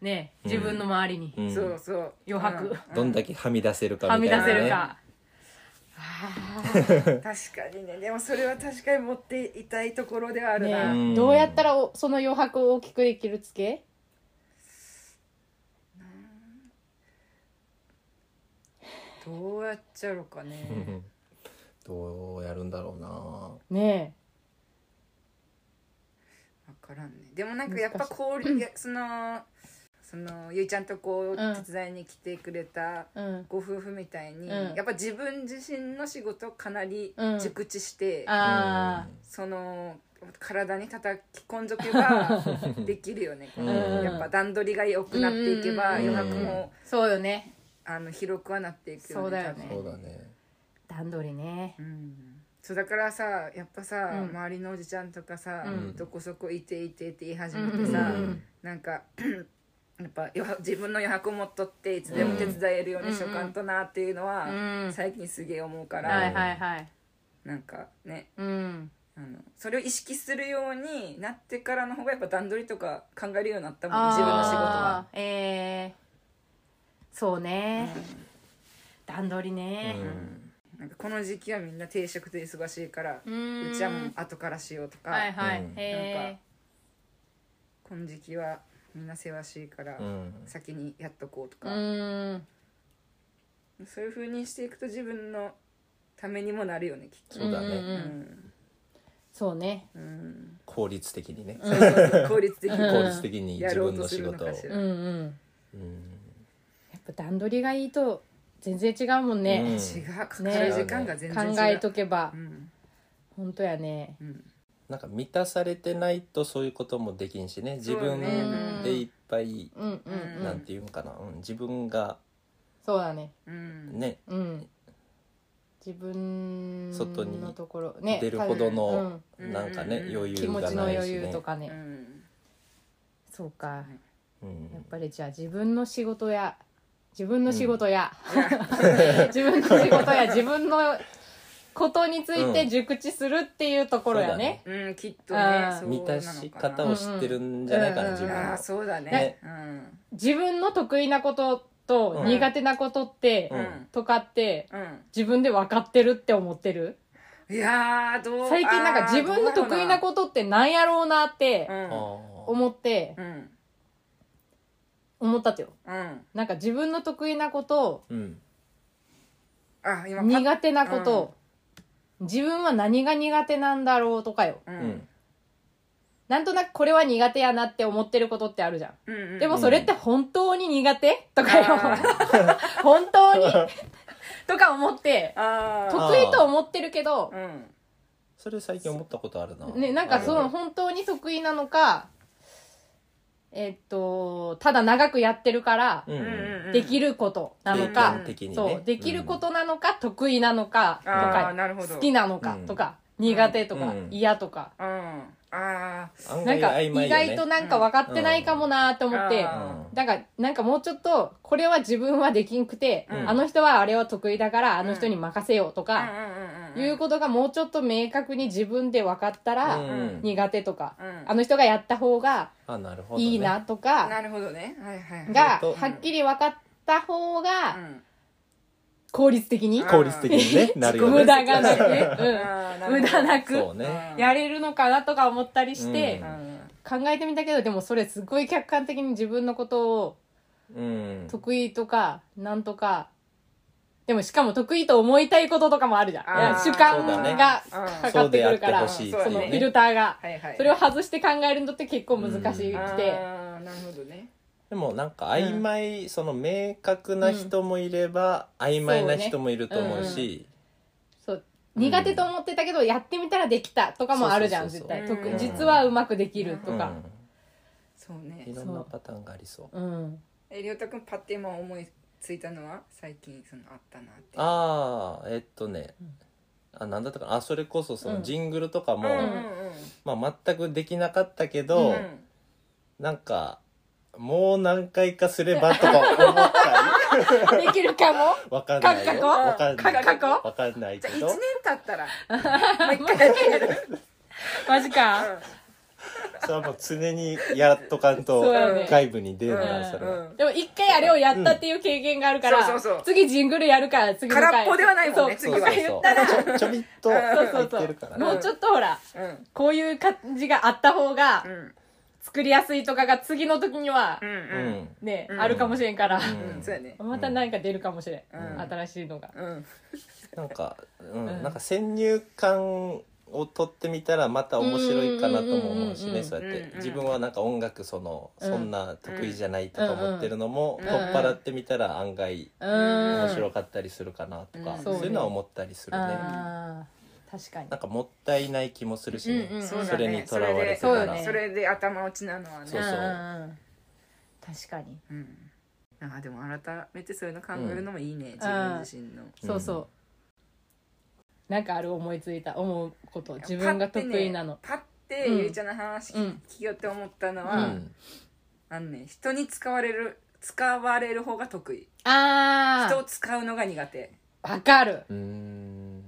[SPEAKER 4] ね自分の周りに
[SPEAKER 3] うん
[SPEAKER 1] うんそうそう
[SPEAKER 4] 余白
[SPEAKER 1] うん
[SPEAKER 3] どんだけはみ出せるか
[SPEAKER 4] は
[SPEAKER 3] み
[SPEAKER 4] み
[SPEAKER 3] た
[SPEAKER 4] 出
[SPEAKER 3] いな、ね、
[SPEAKER 4] せるか
[SPEAKER 1] 確かにねでもそれは確かに持っていたいところではあるな、
[SPEAKER 3] ねうん
[SPEAKER 4] どうやったらおその余白を大きくできるつけ
[SPEAKER 1] どうやっちゃろうかね、
[SPEAKER 3] うんどうやるんだろうな
[SPEAKER 4] ね
[SPEAKER 1] 分からんねでもなんかやっぱ交
[SPEAKER 4] *laughs*
[SPEAKER 1] 流いやそのそのゆいちゃんとこう
[SPEAKER 4] うん
[SPEAKER 1] 手伝いに来てくれた
[SPEAKER 4] えうん
[SPEAKER 1] ご夫婦みたいに、
[SPEAKER 4] うん
[SPEAKER 1] やっぱ自分自身の仕事をかなり
[SPEAKER 4] うん
[SPEAKER 1] 熟知して、
[SPEAKER 4] あ
[SPEAKER 1] その体に叩き込んじょけ
[SPEAKER 4] *laughs*
[SPEAKER 1] ばできるよね、
[SPEAKER 3] うん
[SPEAKER 1] やっぱ段取りが良くなっていけば
[SPEAKER 4] うん
[SPEAKER 1] 余白も、
[SPEAKER 4] あそうよね
[SPEAKER 1] あの広くはなっていくよね
[SPEAKER 4] そうだよね
[SPEAKER 1] 多分
[SPEAKER 3] そうだね
[SPEAKER 4] 段取りね
[SPEAKER 1] うんそうだからさやっぱさ、
[SPEAKER 4] うん
[SPEAKER 1] 周りのおじちゃんとかさ、
[SPEAKER 4] うん
[SPEAKER 1] どこそこいていてって言い始めてさ、
[SPEAKER 4] うん
[SPEAKER 1] なんか *clears throat* やっぱ余白自分の余白を持っとっていつでも手伝えるようにしとかんとなっていうの
[SPEAKER 4] う
[SPEAKER 1] は、
[SPEAKER 4] ん
[SPEAKER 1] 最近すげえ思うから、
[SPEAKER 4] はいはいはい
[SPEAKER 1] なんかね
[SPEAKER 4] うん
[SPEAKER 1] あのそれを意識するようになってからの方がやっぱ段取りとか考えるようになったもん自分の仕事は。
[SPEAKER 4] あーえーそうね段取りね
[SPEAKER 3] うん
[SPEAKER 1] なんかこの時期はみんな定食で忙しいから、
[SPEAKER 4] う
[SPEAKER 1] うんちはもう後からしようとか、
[SPEAKER 4] はい
[SPEAKER 3] う
[SPEAKER 4] はい
[SPEAKER 3] ん
[SPEAKER 1] なん
[SPEAKER 4] へ
[SPEAKER 1] かこの時期はみんなせわしいから
[SPEAKER 3] うん
[SPEAKER 1] 先にやっとこうと
[SPEAKER 4] えう
[SPEAKER 1] か、
[SPEAKER 4] ん
[SPEAKER 1] そういう風にしていくと自分のためにもなるよねきっと。
[SPEAKER 3] そうだね
[SPEAKER 4] んん
[SPEAKER 1] う
[SPEAKER 4] うん
[SPEAKER 1] ん
[SPEAKER 4] そうね
[SPEAKER 1] うん
[SPEAKER 3] 効率的にね、
[SPEAKER 1] そうそうそう効率的
[SPEAKER 4] うん
[SPEAKER 1] に
[SPEAKER 3] 効率的に自分の仕事を
[SPEAKER 1] やろうとするのかしら
[SPEAKER 4] うんうん
[SPEAKER 3] うん
[SPEAKER 4] やっぱ段取りがいいと全然違うもんね
[SPEAKER 3] うん
[SPEAKER 1] 違うかか
[SPEAKER 4] ね
[SPEAKER 1] る時間が全
[SPEAKER 4] 考
[SPEAKER 1] 然違う。
[SPEAKER 4] えとけば
[SPEAKER 1] うん
[SPEAKER 4] 本当やね
[SPEAKER 1] うん
[SPEAKER 3] なんか満たされてないとそういうこともできんしね自
[SPEAKER 1] そうね
[SPEAKER 3] 分でいっぱい、
[SPEAKER 4] うんうんう
[SPEAKER 3] なん
[SPEAKER 4] ん
[SPEAKER 3] ていうんかな、うん、自分が
[SPEAKER 4] そうだね
[SPEAKER 1] うん
[SPEAKER 3] ね、
[SPEAKER 4] うん自分
[SPEAKER 3] 外に
[SPEAKER 4] のところね
[SPEAKER 3] 出るほどの
[SPEAKER 1] うん
[SPEAKER 3] なんかね、
[SPEAKER 1] うん
[SPEAKER 3] 余
[SPEAKER 4] 気
[SPEAKER 3] 裕
[SPEAKER 4] 持
[SPEAKER 3] が
[SPEAKER 4] ちの
[SPEAKER 3] ない
[SPEAKER 4] 余
[SPEAKER 3] しね
[SPEAKER 4] 裕とかね
[SPEAKER 1] うん
[SPEAKER 4] そうか
[SPEAKER 3] うん
[SPEAKER 4] やっぱりじゃあ自分の仕事や自分の仕事や、自分の仕事や自分のことについて熟知するっていうところやね。
[SPEAKER 1] うん、きっと
[SPEAKER 4] あ
[SPEAKER 1] ねそ
[SPEAKER 4] ー
[SPEAKER 1] うなの
[SPEAKER 3] 満
[SPEAKER 1] かな
[SPEAKER 3] たし方を知ってるんじゃないかな、
[SPEAKER 4] うんうん
[SPEAKER 3] 自
[SPEAKER 1] い
[SPEAKER 3] 分
[SPEAKER 1] や
[SPEAKER 3] の
[SPEAKER 1] ーそうだね
[SPEAKER 3] ね
[SPEAKER 1] うん
[SPEAKER 4] 自分の得意なことと
[SPEAKER 3] うん
[SPEAKER 4] 苦手なことって、
[SPEAKER 3] うん
[SPEAKER 4] とかって
[SPEAKER 1] うん
[SPEAKER 4] 自分で分かってるって思ってる
[SPEAKER 1] いやーどう
[SPEAKER 4] 最近なんか自分の得意な
[SPEAKER 1] こ
[SPEAKER 4] ことってなんやろうなって
[SPEAKER 1] と
[SPEAKER 3] あ
[SPEAKER 4] 思って
[SPEAKER 1] うんうん
[SPEAKER 4] 思ったってよ。
[SPEAKER 1] うん
[SPEAKER 4] なんか自分の得意なこと
[SPEAKER 3] ーうん
[SPEAKER 1] あ今
[SPEAKER 4] 苦手なこと、自分は何が苦手なんだろうとかよ。
[SPEAKER 1] う
[SPEAKER 3] うんん
[SPEAKER 4] なんとなくこれは苦手やなって思ってることってあるじゃん。
[SPEAKER 1] うん
[SPEAKER 4] でもそれって本当に苦手とかよ。 *laughs* 本当にとか思って、
[SPEAKER 1] あー
[SPEAKER 4] 得意と思ってるけど
[SPEAKER 1] う、ん
[SPEAKER 3] それ最近思ったことあるな
[SPEAKER 4] ね、なんかその
[SPEAKER 3] あ
[SPEAKER 4] 本当に得意なのか、えっと、ただ長くやってるから
[SPEAKER 3] う、んう
[SPEAKER 1] うん
[SPEAKER 3] ん
[SPEAKER 1] うん
[SPEAKER 4] できることなの
[SPEAKER 1] 経
[SPEAKER 4] か
[SPEAKER 1] 験、
[SPEAKER 3] 的にね
[SPEAKER 4] そうう、
[SPEAKER 3] ん
[SPEAKER 4] できることなのか、得意なのか、と
[SPEAKER 1] あー
[SPEAKER 4] か、
[SPEAKER 1] なるほど
[SPEAKER 4] 好きなのか
[SPEAKER 3] うん、
[SPEAKER 4] とか、苦手とか
[SPEAKER 3] う、ん
[SPEAKER 4] 嫌とか。
[SPEAKER 1] うんああ
[SPEAKER 3] 案
[SPEAKER 4] なん
[SPEAKER 3] 外
[SPEAKER 4] か
[SPEAKER 3] 曖
[SPEAKER 4] 意
[SPEAKER 3] 昧よね
[SPEAKER 4] 外となんか分かってないかもなーって思って、
[SPEAKER 1] うん
[SPEAKER 4] なんか、なんかもうちょっと、これは自分はできんくて、
[SPEAKER 3] うん
[SPEAKER 4] あの人はあれは得意だから、あの人に任せようと
[SPEAKER 1] うん
[SPEAKER 4] か、
[SPEAKER 1] うんうんうん
[SPEAKER 4] いうことがもうちょっと明確に自分で分かったら、
[SPEAKER 3] うん
[SPEAKER 4] 苦手とか、
[SPEAKER 1] うん
[SPEAKER 4] あの人がやった方が
[SPEAKER 3] あなるほどね
[SPEAKER 4] いいなと
[SPEAKER 1] な
[SPEAKER 4] か、
[SPEAKER 1] るほどねはいはいはい
[SPEAKER 4] が、
[SPEAKER 3] そう
[SPEAKER 4] はっきり分かった方
[SPEAKER 1] う
[SPEAKER 4] が、
[SPEAKER 1] ん
[SPEAKER 4] 効率的に、
[SPEAKER 3] 効率的にねなるよね
[SPEAKER 4] 無駄がな
[SPEAKER 1] *laughs*
[SPEAKER 4] く、
[SPEAKER 1] あーなるほ
[SPEAKER 4] うん、
[SPEAKER 1] ど
[SPEAKER 4] 無駄な
[SPEAKER 3] そう
[SPEAKER 4] く、
[SPEAKER 3] ね
[SPEAKER 4] やれるのかなとか思ったりして
[SPEAKER 1] う、ん
[SPEAKER 4] 考えてみたけど、でもそれすごい客観的に自分のことを、
[SPEAKER 3] うん
[SPEAKER 4] 得意とか、なんとか、でもしかも得意と思いたいこととかもあるじゃん。
[SPEAKER 1] あー
[SPEAKER 4] 主観
[SPEAKER 3] そうだね
[SPEAKER 4] が
[SPEAKER 1] うん
[SPEAKER 4] かかってくるから、
[SPEAKER 3] そうであって
[SPEAKER 1] い
[SPEAKER 3] ほし
[SPEAKER 4] そ
[SPEAKER 1] そう
[SPEAKER 4] の
[SPEAKER 1] だ
[SPEAKER 4] フ
[SPEAKER 1] ね
[SPEAKER 4] ィルターが。
[SPEAKER 1] はいはい
[SPEAKER 4] それを外して考えるのって結構難し
[SPEAKER 1] あ
[SPEAKER 4] くて。
[SPEAKER 1] ーなるほどね
[SPEAKER 3] でもなんか曖昧、その明確な人もいれば、曖昧な人もいると思うし
[SPEAKER 4] そう苦手と思ってたけど、やってみたらできたとかもあるじゃん、
[SPEAKER 3] そうそう
[SPEAKER 4] 絶
[SPEAKER 3] そう
[SPEAKER 4] 対。
[SPEAKER 1] うん
[SPEAKER 4] 得実はうまくできると
[SPEAKER 3] うん
[SPEAKER 4] か。
[SPEAKER 1] そそうね
[SPEAKER 3] いろんなパターンがありそう
[SPEAKER 4] うん
[SPEAKER 1] えりょうたくんパッて今思いついたのは最近そのあったなって
[SPEAKER 3] ああえっとね、あなんだったかなあそれこそそのジングルとかも、
[SPEAKER 1] うんうん
[SPEAKER 3] まあ、全くできなかったけ
[SPEAKER 1] うん
[SPEAKER 3] ど、
[SPEAKER 1] うん
[SPEAKER 3] なんかもう何回かすればとか思ったり
[SPEAKER 4] できるかも
[SPEAKER 3] わかんない
[SPEAKER 4] 感
[SPEAKER 3] よ
[SPEAKER 4] 覚
[SPEAKER 3] わかんない
[SPEAKER 1] 感覚
[SPEAKER 3] わかんない
[SPEAKER 1] じ
[SPEAKER 3] け
[SPEAKER 1] ゃあ1
[SPEAKER 3] ど
[SPEAKER 1] 年経ったらもう一回だけやる
[SPEAKER 4] マジか
[SPEAKER 3] それはもう常にやっとかんと
[SPEAKER 4] そうやね
[SPEAKER 3] 外部に出るな
[SPEAKER 4] うん
[SPEAKER 3] それ
[SPEAKER 1] う
[SPEAKER 3] は
[SPEAKER 1] ん
[SPEAKER 4] でも一回あれをやったっていう経験があるから、
[SPEAKER 1] うんそうそうそう
[SPEAKER 4] 次ジングルやるから次の回
[SPEAKER 1] 空っぽではないもんね
[SPEAKER 4] そ
[SPEAKER 3] そ
[SPEAKER 4] う
[SPEAKER 1] 次
[SPEAKER 3] うそ
[SPEAKER 1] は
[SPEAKER 3] う
[SPEAKER 1] 言
[SPEAKER 3] そ
[SPEAKER 1] ったら
[SPEAKER 3] うちょちょびっと
[SPEAKER 4] そうそ
[SPEAKER 3] 入っ
[SPEAKER 4] うそ
[SPEAKER 3] てる
[SPEAKER 4] う
[SPEAKER 3] から
[SPEAKER 4] も
[SPEAKER 3] ね
[SPEAKER 4] うちょっとほら
[SPEAKER 1] うん
[SPEAKER 4] こういう感じがあった方が
[SPEAKER 1] うん
[SPEAKER 4] 作りやすいとかが次の時には
[SPEAKER 1] う、ん
[SPEAKER 3] う
[SPEAKER 1] うん
[SPEAKER 3] ん
[SPEAKER 4] ね、
[SPEAKER 1] うん
[SPEAKER 4] あるかもしれんから、
[SPEAKER 3] うん
[SPEAKER 1] うんそうやね
[SPEAKER 4] また何か出るかもしれん、
[SPEAKER 1] うん
[SPEAKER 4] 新しいのが、
[SPEAKER 1] うん
[SPEAKER 3] なんかうん
[SPEAKER 4] うん
[SPEAKER 3] なんか先入観を取ってみたらまた面白いかなとも思うし
[SPEAKER 4] うんうんうんう
[SPEAKER 3] ね
[SPEAKER 4] ん
[SPEAKER 3] そうやっ
[SPEAKER 1] うんう
[SPEAKER 3] て
[SPEAKER 1] ん
[SPEAKER 3] 自分はなんか音楽その
[SPEAKER 4] うん
[SPEAKER 3] そんな得意じゃないとか思ってるのも
[SPEAKER 1] うん
[SPEAKER 3] 取っ払ってみたら案外
[SPEAKER 4] うんん
[SPEAKER 3] 面白かったりするかなとか
[SPEAKER 1] うん
[SPEAKER 3] そういうのは思ったりするね
[SPEAKER 4] あー確かに
[SPEAKER 3] なんかもったいない気もするし
[SPEAKER 4] うんうん
[SPEAKER 3] ね
[SPEAKER 4] うん
[SPEAKER 1] そうだね
[SPEAKER 3] それにとらわれてた
[SPEAKER 4] そう
[SPEAKER 3] ら
[SPEAKER 4] よね
[SPEAKER 1] それで頭落ちなのは
[SPEAKER 3] そう
[SPEAKER 1] ね
[SPEAKER 3] そうん
[SPEAKER 4] んん確かに、
[SPEAKER 1] うんあでも改めてそういうの考えるのもいいね自分自身の
[SPEAKER 4] そうそうなんかある思いついた思うこと自分が得意なの、
[SPEAKER 1] パッて
[SPEAKER 4] うん
[SPEAKER 1] ゆりちゃんの話聞きよって思ったの
[SPEAKER 3] う
[SPEAKER 1] は
[SPEAKER 3] ん
[SPEAKER 1] あのね人に使われる使われる方が得意人を
[SPEAKER 4] あ
[SPEAKER 1] 使うのが苦手
[SPEAKER 4] あわかる
[SPEAKER 3] うーん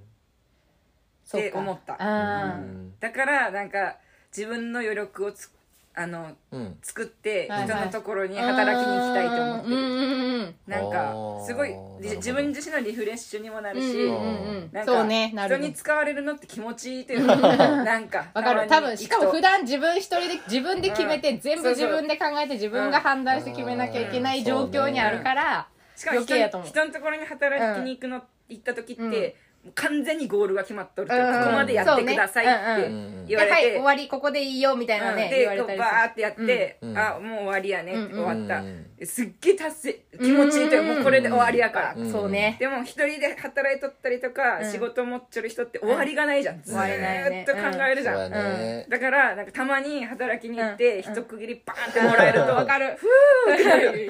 [SPEAKER 4] そう
[SPEAKER 1] って思った
[SPEAKER 4] あー
[SPEAKER 1] だからなんか自分の余力をつあの
[SPEAKER 3] うん
[SPEAKER 1] 作って
[SPEAKER 4] はいはい
[SPEAKER 1] 人のところに働きに行きたいと思って
[SPEAKER 4] う
[SPEAKER 1] る
[SPEAKER 4] んうんうん
[SPEAKER 1] なんか
[SPEAKER 3] あー
[SPEAKER 1] すごい
[SPEAKER 3] なるほど
[SPEAKER 1] じ自分自身のリフレッシュにもなるし、
[SPEAKER 4] うんうんうんう
[SPEAKER 1] なんか
[SPEAKER 4] ん、そうねな
[SPEAKER 1] 人
[SPEAKER 4] る
[SPEAKER 1] に
[SPEAKER 4] ね
[SPEAKER 1] 使われるのって気持ちいいというかなんか
[SPEAKER 4] わかる
[SPEAKER 1] た
[SPEAKER 4] 多
[SPEAKER 1] まに行
[SPEAKER 4] 分し
[SPEAKER 1] く
[SPEAKER 4] か
[SPEAKER 1] と
[SPEAKER 4] も普段自分一人で自分で決めて、全部
[SPEAKER 1] そうそ
[SPEAKER 4] 自
[SPEAKER 1] う
[SPEAKER 4] 分で考えて自分が判断して決めなきゃいけない状況にあるから、
[SPEAKER 1] しかも人
[SPEAKER 4] 余計やと思
[SPEAKER 1] に
[SPEAKER 4] う
[SPEAKER 1] 人のところに働きに行くの、行った時って、
[SPEAKER 4] うん
[SPEAKER 1] もう完全にゴールが決まっとると、
[SPEAKER 4] うん
[SPEAKER 1] ここまでやってくださいっ
[SPEAKER 3] そうね
[SPEAKER 1] て
[SPEAKER 3] うん
[SPEAKER 1] 言わ
[SPEAKER 4] で
[SPEAKER 1] れ
[SPEAKER 4] はい
[SPEAKER 1] て、
[SPEAKER 4] 終わりここでいいよみたいなね、
[SPEAKER 1] で
[SPEAKER 4] 言われ
[SPEAKER 1] こ
[SPEAKER 4] た
[SPEAKER 1] う
[SPEAKER 4] り
[SPEAKER 1] バーってやって、
[SPEAKER 3] うん
[SPEAKER 1] あもう終わりやね、
[SPEAKER 4] うん
[SPEAKER 1] 終わった、
[SPEAKER 3] うん
[SPEAKER 1] すっげえ達成気持ちいいというか
[SPEAKER 4] うん
[SPEAKER 1] もうこれで終わりやから、
[SPEAKER 4] する、
[SPEAKER 3] うん
[SPEAKER 4] そうね、
[SPEAKER 1] でも一人で働いとったりとか、
[SPEAKER 4] うん
[SPEAKER 1] 仕事持っちょる人って終わりがないじゃん、ず
[SPEAKER 4] 終わりない
[SPEAKER 1] ー
[SPEAKER 4] ね
[SPEAKER 1] っと考えるじ
[SPEAKER 3] そう
[SPEAKER 1] ゃ
[SPEAKER 3] や
[SPEAKER 1] ん、
[SPEAKER 3] ね
[SPEAKER 1] だからなんかたまに働きに行って、一区切りバーンっても
[SPEAKER 4] も
[SPEAKER 1] ら
[SPEAKER 4] ら
[SPEAKER 1] え
[SPEAKER 4] え
[SPEAKER 1] る
[SPEAKER 4] る
[SPEAKER 1] と
[SPEAKER 4] とわかる。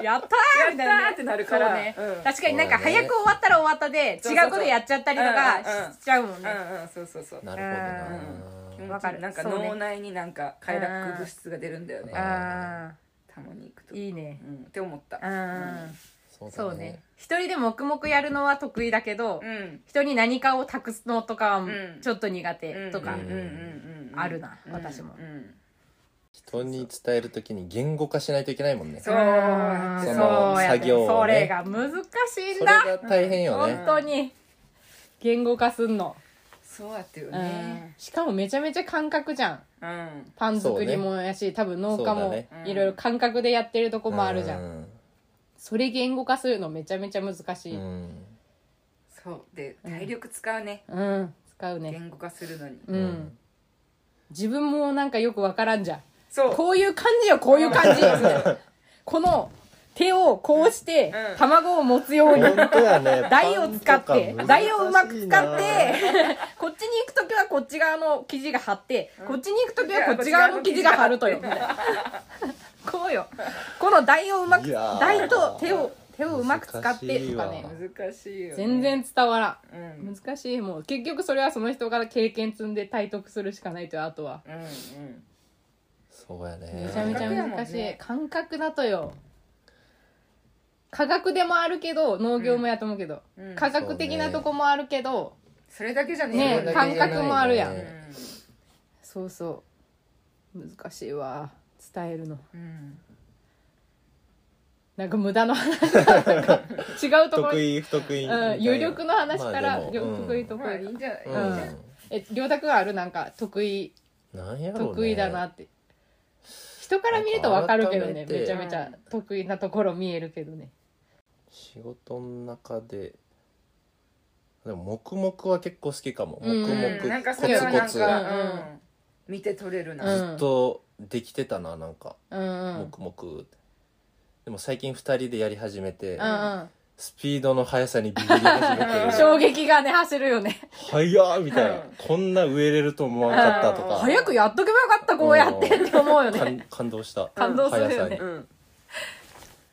[SPEAKER 4] *laughs* やったーみたいなね
[SPEAKER 1] やったーってなるから
[SPEAKER 4] そうね
[SPEAKER 1] うん
[SPEAKER 4] 確かになんか
[SPEAKER 3] そうだね
[SPEAKER 4] 早く終わったら終わったで、
[SPEAKER 1] そう
[SPEAKER 4] 違
[SPEAKER 1] そうそう
[SPEAKER 4] うことやっちゃったりと
[SPEAKER 1] うんう
[SPEAKER 4] か
[SPEAKER 1] ん
[SPEAKER 4] しちゃうもんね。
[SPEAKER 1] うんうんそうそうそう
[SPEAKER 3] なるほ
[SPEAKER 1] 気持ち
[SPEAKER 3] どな
[SPEAKER 1] いい
[SPEAKER 4] わかる
[SPEAKER 1] なんか
[SPEAKER 4] そうね
[SPEAKER 1] 脳内になんか快楽物質が出るんだよね
[SPEAKER 3] うん
[SPEAKER 4] あ
[SPEAKER 1] たまに行くと
[SPEAKER 4] ーいいね。
[SPEAKER 1] うん、って思った
[SPEAKER 4] うん。
[SPEAKER 3] そう
[SPEAKER 4] そう
[SPEAKER 3] だね
[SPEAKER 4] ね。一人で黙々やるのは得意だけど
[SPEAKER 1] う、ん
[SPEAKER 4] 人に何かを託すのとかは
[SPEAKER 1] ん
[SPEAKER 4] ちょっと苦
[SPEAKER 1] う
[SPEAKER 4] 手
[SPEAKER 1] ん
[SPEAKER 4] とか
[SPEAKER 1] うん。うんうんうん
[SPEAKER 4] あるな
[SPEAKER 1] うん
[SPEAKER 4] 私も
[SPEAKER 1] うん
[SPEAKER 3] 人に伝えるときに言語化しないといけないもんね
[SPEAKER 1] そう
[SPEAKER 4] うん
[SPEAKER 3] そ
[SPEAKER 4] そ
[SPEAKER 3] の
[SPEAKER 4] うや
[SPEAKER 3] 作
[SPEAKER 4] ね
[SPEAKER 3] 業
[SPEAKER 4] そ
[SPEAKER 3] をね
[SPEAKER 4] れが難しいん
[SPEAKER 3] それ
[SPEAKER 4] だ。
[SPEAKER 3] が大変よね
[SPEAKER 4] 本当に。言語化すんの。
[SPEAKER 1] そうやってよ
[SPEAKER 4] うん
[SPEAKER 1] ね
[SPEAKER 4] しかもめちゃめちゃ感覚じゃん。
[SPEAKER 1] うん
[SPEAKER 4] パン作りもやし、多分農家
[SPEAKER 3] そう
[SPEAKER 4] も
[SPEAKER 3] だね
[SPEAKER 4] いろいろ感覚でやってるとこもあるじゃん、
[SPEAKER 3] うん
[SPEAKER 4] それ言語化するのめちゃめちゃ難し
[SPEAKER 3] う
[SPEAKER 4] いうん、
[SPEAKER 3] ん
[SPEAKER 1] そうで体力使うね
[SPEAKER 4] 使うね
[SPEAKER 1] 言語化するのに
[SPEAKER 4] うん、自分もなんかよくわからんじゃん
[SPEAKER 1] そう
[SPEAKER 4] こういう感じよこういう感じみたいなこの手をこうして
[SPEAKER 1] うん
[SPEAKER 4] 卵を持つように
[SPEAKER 3] 本当やね
[SPEAKER 4] *laughs* 台を使って台をうまく使っ
[SPEAKER 3] パンとか難しいな
[SPEAKER 4] て *laughs* こっちに行く時はこっち側の生地が張って、こっちに行く時はこっち側の生地が張るとよみたいな *laughs* こうよこの台をうまく
[SPEAKER 3] いやー
[SPEAKER 4] 台と手を手をうまく使ってとかね
[SPEAKER 3] 難
[SPEAKER 1] 難しいよね
[SPEAKER 4] 全然伝わら
[SPEAKER 1] うん
[SPEAKER 4] ん難しいもう結局それはその人から経験積んで体得するしかないとよあとは
[SPEAKER 1] うんうん
[SPEAKER 3] そうやね
[SPEAKER 4] めちゃめちゃ難しい、感覚だとよ科学でもあるけど農業もやと思うけど、
[SPEAKER 1] うん
[SPEAKER 4] 科学的なとこもあるけど、
[SPEAKER 1] それだけじゃ
[SPEAKER 4] ね
[SPEAKER 1] ねえ
[SPEAKER 4] 感覚もあるやん
[SPEAKER 1] う
[SPEAKER 3] ね
[SPEAKER 1] ん
[SPEAKER 4] そうそう難しいわ伝えるの
[SPEAKER 1] うん
[SPEAKER 4] なんか無駄
[SPEAKER 3] *laughs*
[SPEAKER 4] の話違うところ
[SPEAKER 3] 得意不得意
[SPEAKER 4] うん、有力の話から、
[SPEAKER 3] まあ
[SPEAKER 4] り
[SPEAKER 3] で
[SPEAKER 4] ょ
[SPEAKER 3] も
[SPEAKER 4] 得意
[SPEAKER 3] うん
[SPEAKER 4] 得
[SPEAKER 1] まあい
[SPEAKER 4] 意、
[SPEAKER 1] いんじゃないいいん
[SPEAKER 3] う
[SPEAKER 1] じゃ
[SPEAKER 4] ん
[SPEAKER 1] ない
[SPEAKER 3] ん
[SPEAKER 4] えりょうたくんあるなんか得意
[SPEAKER 3] なんやろうね
[SPEAKER 4] 得意だなって人から見ると分かるけどね
[SPEAKER 3] なんか改めて
[SPEAKER 4] めちゃめちゃ得意なところ見えるけどね
[SPEAKER 3] 仕事の中ででも黙々は結構好きかも
[SPEAKER 4] うん
[SPEAKER 3] 黙々
[SPEAKER 1] うんなんかそ
[SPEAKER 3] コ
[SPEAKER 1] れ
[SPEAKER 3] ツ
[SPEAKER 1] はな
[SPEAKER 3] コ
[SPEAKER 1] ん
[SPEAKER 3] ツ
[SPEAKER 1] か、
[SPEAKER 4] コツ
[SPEAKER 1] うん見て取れるな、
[SPEAKER 4] うん
[SPEAKER 3] ずっとできてたななんか
[SPEAKER 4] うんうんうん
[SPEAKER 3] 黙々でも最近2人でやり始めて
[SPEAKER 4] うん
[SPEAKER 3] スピードの速さにビビり始め
[SPEAKER 4] *laughs*
[SPEAKER 3] て
[SPEAKER 4] 衝撃がね走るよね
[SPEAKER 3] 早っみたいな、こんな植えれると思わなかったとか
[SPEAKER 4] 早くやっとけばよかったこうやってって思うよね
[SPEAKER 3] 感感動した
[SPEAKER 4] 感動するよ
[SPEAKER 3] 速
[SPEAKER 4] ね
[SPEAKER 3] さ
[SPEAKER 1] ん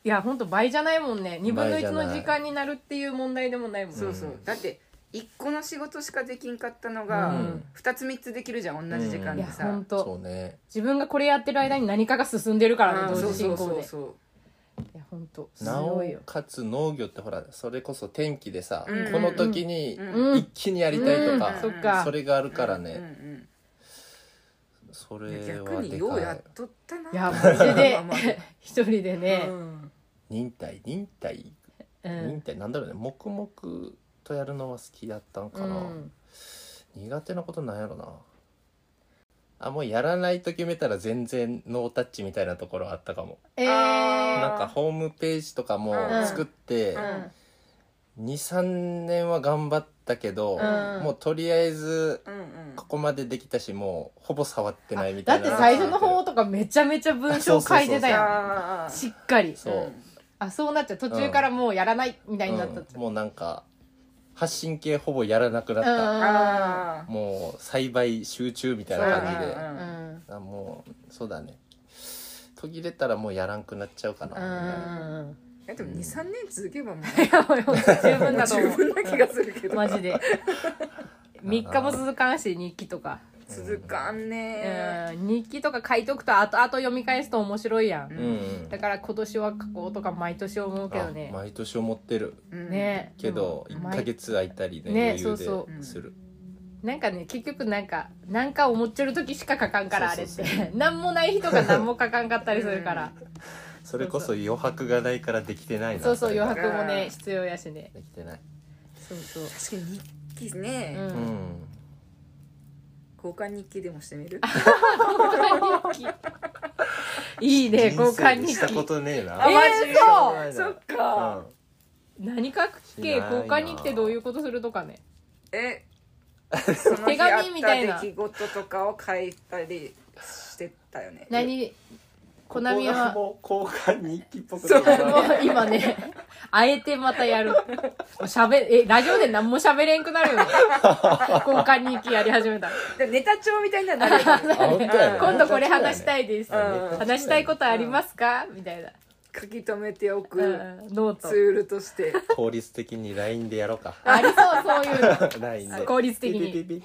[SPEAKER 4] いやほんと倍じゃないもんね2分の
[SPEAKER 3] 倍じ
[SPEAKER 4] 1
[SPEAKER 3] ゃない
[SPEAKER 4] の時間になるっていう問題でもないもんね
[SPEAKER 1] そうそうだって一個の仕事しかできんかったのが
[SPEAKER 3] うん
[SPEAKER 1] 二つ三つできるじゃん同じ時間
[SPEAKER 3] うん
[SPEAKER 1] で
[SPEAKER 4] いやほ
[SPEAKER 1] さ
[SPEAKER 4] ん
[SPEAKER 3] に
[SPEAKER 4] と
[SPEAKER 3] そうね
[SPEAKER 4] 自分がこれやってる間に何かが進んでるから
[SPEAKER 1] う
[SPEAKER 4] ね
[SPEAKER 1] んそ
[SPEAKER 4] 同
[SPEAKER 1] う
[SPEAKER 4] 時
[SPEAKER 1] そ
[SPEAKER 4] 進
[SPEAKER 1] うそ
[SPEAKER 4] 行
[SPEAKER 1] う
[SPEAKER 4] で
[SPEAKER 1] そう
[SPEAKER 4] いやほんとす
[SPEAKER 3] な
[SPEAKER 4] ご
[SPEAKER 3] お
[SPEAKER 4] いよ
[SPEAKER 3] かつ農業ってほらそれこそ天気でさ、
[SPEAKER 1] うん
[SPEAKER 3] この時に
[SPEAKER 1] うん
[SPEAKER 3] 一気にやりたいとか、
[SPEAKER 1] うん
[SPEAKER 4] そっか
[SPEAKER 3] それがあるからね、
[SPEAKER 1] うん
[SPEAKER 3] そ
[SPEAKER 1] うんうん
[SPEAKER 3] れ
[SPEAKER 1] 逆
[SPEAKER 3] は
[SPEAKER 1] に
[SPEAKER 3] で
[SPEAKER 1] ようや
[SPEAKER 3] か
[SPEAKER 1] っ
[SPEAKER 3] い
[SPEAKER 1] とったない
[SPEAKER 4] やマジで
[SPEAKER 1] *laughs* まあまあ
[SPEAKER 4] 一人でね
[SPEAKER 1] うん
[SPEAKER 3] 忍耐忍耐
[SPEAKER 4] うん
[SPEAKER 3] 忍耐なんだろうね黙々とやるのは好きだったんか
[SPEAKER 4] う
[SPEAKER 3] な、
[SPEAKER 4] ん
[SPEAKER 3] 苦手なことなんやろなあもうやらないと決めたら全然ノータッチみたいなところはあったかも
[SPEAKER 4] え
[SPEAKER 1] あー
[SPEAKER 4] ー
[SPEAKER 3] なんかホームページとかも
[SPEAKER 1] うん
[SPEAKER 3] 作って
[SPEAKER 1] う
[SPEAKER 3] 23年は頑張ったけど、
[SPEAKER 4] うん
[SPEAKER 3] もうとりあえず
[SPEAKER 1] うんうん
[SPEAKER 3] ここまでできたしもうほぼ触ってないみた
[SPEAKER 4] だ
[SPEAKER 3] い
[SPEAKER 4] って
[SPEAKER 3] な
[SPEAKER 4] 最初の方とかめちゃめちゃ文章書いてた
[SPEAKER 1] あ
[SPEAKER 4] や
[SPEAKER 1] あああ
[SPEAKER 4] んしっかり
[SPEAKER 3] そう、
[SPEAKER 4] あそうなっちゃう途中からもうやらないみたいになったっち
[SPEAKER 3] う
[SPEAKER 4] ゃ
[SPEAKER 3] んもうなんか発信系ほぼやらなくなった、
[SPEAKER 4] う
[SPEAKER 1] ああ
[SPEAKER 3] もう栽培集中みたいな感じで、
[SPEAKER 1] うん
[SPEAKER 4] うんうん
[SPEAKER 3] あもうそうだね途切れたらもうやらんくなっちゃうか
[SPEAKER 4] う
[SPEAKER 3] な、
[SPEAKER 4] んうん
[SPEAKER 1] えでも二三年続けばもう
[SPEAKER 4] い *laughs* やもう十分 *laughs* だと
[SPEAKER 1] 十
[SPEAKER 4] 思う
[SPEAKER 1] 分な気がするけ
[SPEAKER 4] うん
[SPEAKER 1] ど
[SPEAKER 4] マ *laughs* ジで3日も続かんし日記とか
[SPEAKER 1] 続かんね
[SPEAKER 4] うん日記とか書いとくと後々読み返すと面白いやん
[SPEAKER 3] うんうん
[SPEAKER 4] だから今年は書こうとか毎年思うけど
[SPEAKER 3] あ
[SPEAKER 4] ね
[SPEAKER 3] 毎年思ってる
[SPEAKER 1] うん
[SPEAKER 4] ね
[SPEAKER 3] けど
[SPEAKER 4] うん
[SPEAKER 3] 1ヶ月空いたりね
[SPEAKER 4] ね
[SPEAKER 3] 余裕です
[SPEAKER 4] そう
[SPEAKER 1] そう
[SPEAKER 3] する
[SPEAKER 4] なんかね結局なんかなんか思っちゃる時しか書かんからあれっ
[SPEAKER 3] そ
[SPEAKER 4] て
[SPEAKER 3] う
[SPEAKER 4] 何も *laughs* ない人が何も書かんかったりするから
[SPEAKER 3] それこそ余白がないからできてないな
[SPEAKER 4] そうそう
[SPEAKER 3] れが
[SPEAKER 4] 余白もね必要やしね
[SPEAKER 3] できてない
[SPEAKER 4] そうそう
[SPEAKER 1] 確かに日記ね、
[SPEAKER 4] う
[SPEAKER 3] うん *laughs* ん
[SPEAKER 1] 交換日記でもしてみる
[SPEAKER 4] 交換日記いいね交換
[SPEAKER 3] 人生で
[SPEAKER 4] 日
[SPEAKER 3] したこ
[SPEAKER 4] 記
[SPEAKER 3] とねえな
[SPEAKER 4] あマジ
[SPEAKER 3] そう
[SPEAKER 1] そっか、
[SPEAKER 3] うん
[SPEAKER 4] 何書くっけ
[SPEAKER 3] しないな
[SPEAKER 4] 交換日記ってどういうことするとかね
[SPEAKER 1] えその日
[SPEAKER 4] *laughs* 手紙みたいな
[SPEAKER 1] あった出来事とかを書いたりしてたよね
[SPEAKER 4] 何コナミはも
[SPEAKER 3] ここがもう交換日記っぽく
[SPEAKER 1] そう
[SPEAKER 3] なる
[SPEAKER 4] う今ねあえてまたやるもうしゃべえラジオで何も喋れんくなるよね交換日記やり始めたら
[SPEAKER 1] でもネタ帳みたいになるよね
[SPEAKER 3] あ本当やね
[SPEAKER 4] 今度これ話したいです、
[SPEAKER 1] うん
[SPEAKER 4] 話したいことありますか、みたいな、
[SPEAKER 1] 書き留めてお
[SPEAKER 4] う
[SPEAKER 1] く
[SPEAKER 4] ん、ノー
[SPEAKER 1] ツ
[SPEAKER 4] ト
[SPEAKER 1] ールとして
[SPEAKER 3] 効率的に LINE でやろうか
[SPEAKER 4] ありそうそういう
[SPEAKER 3] LINE
[SPEAKER 4] の
[SPEAKER 3] で
[SPEAKER 4] 効率的
[SPEAKER 3] ピピ
[SPEAKER 4] に
[SPEAKER 3] ピ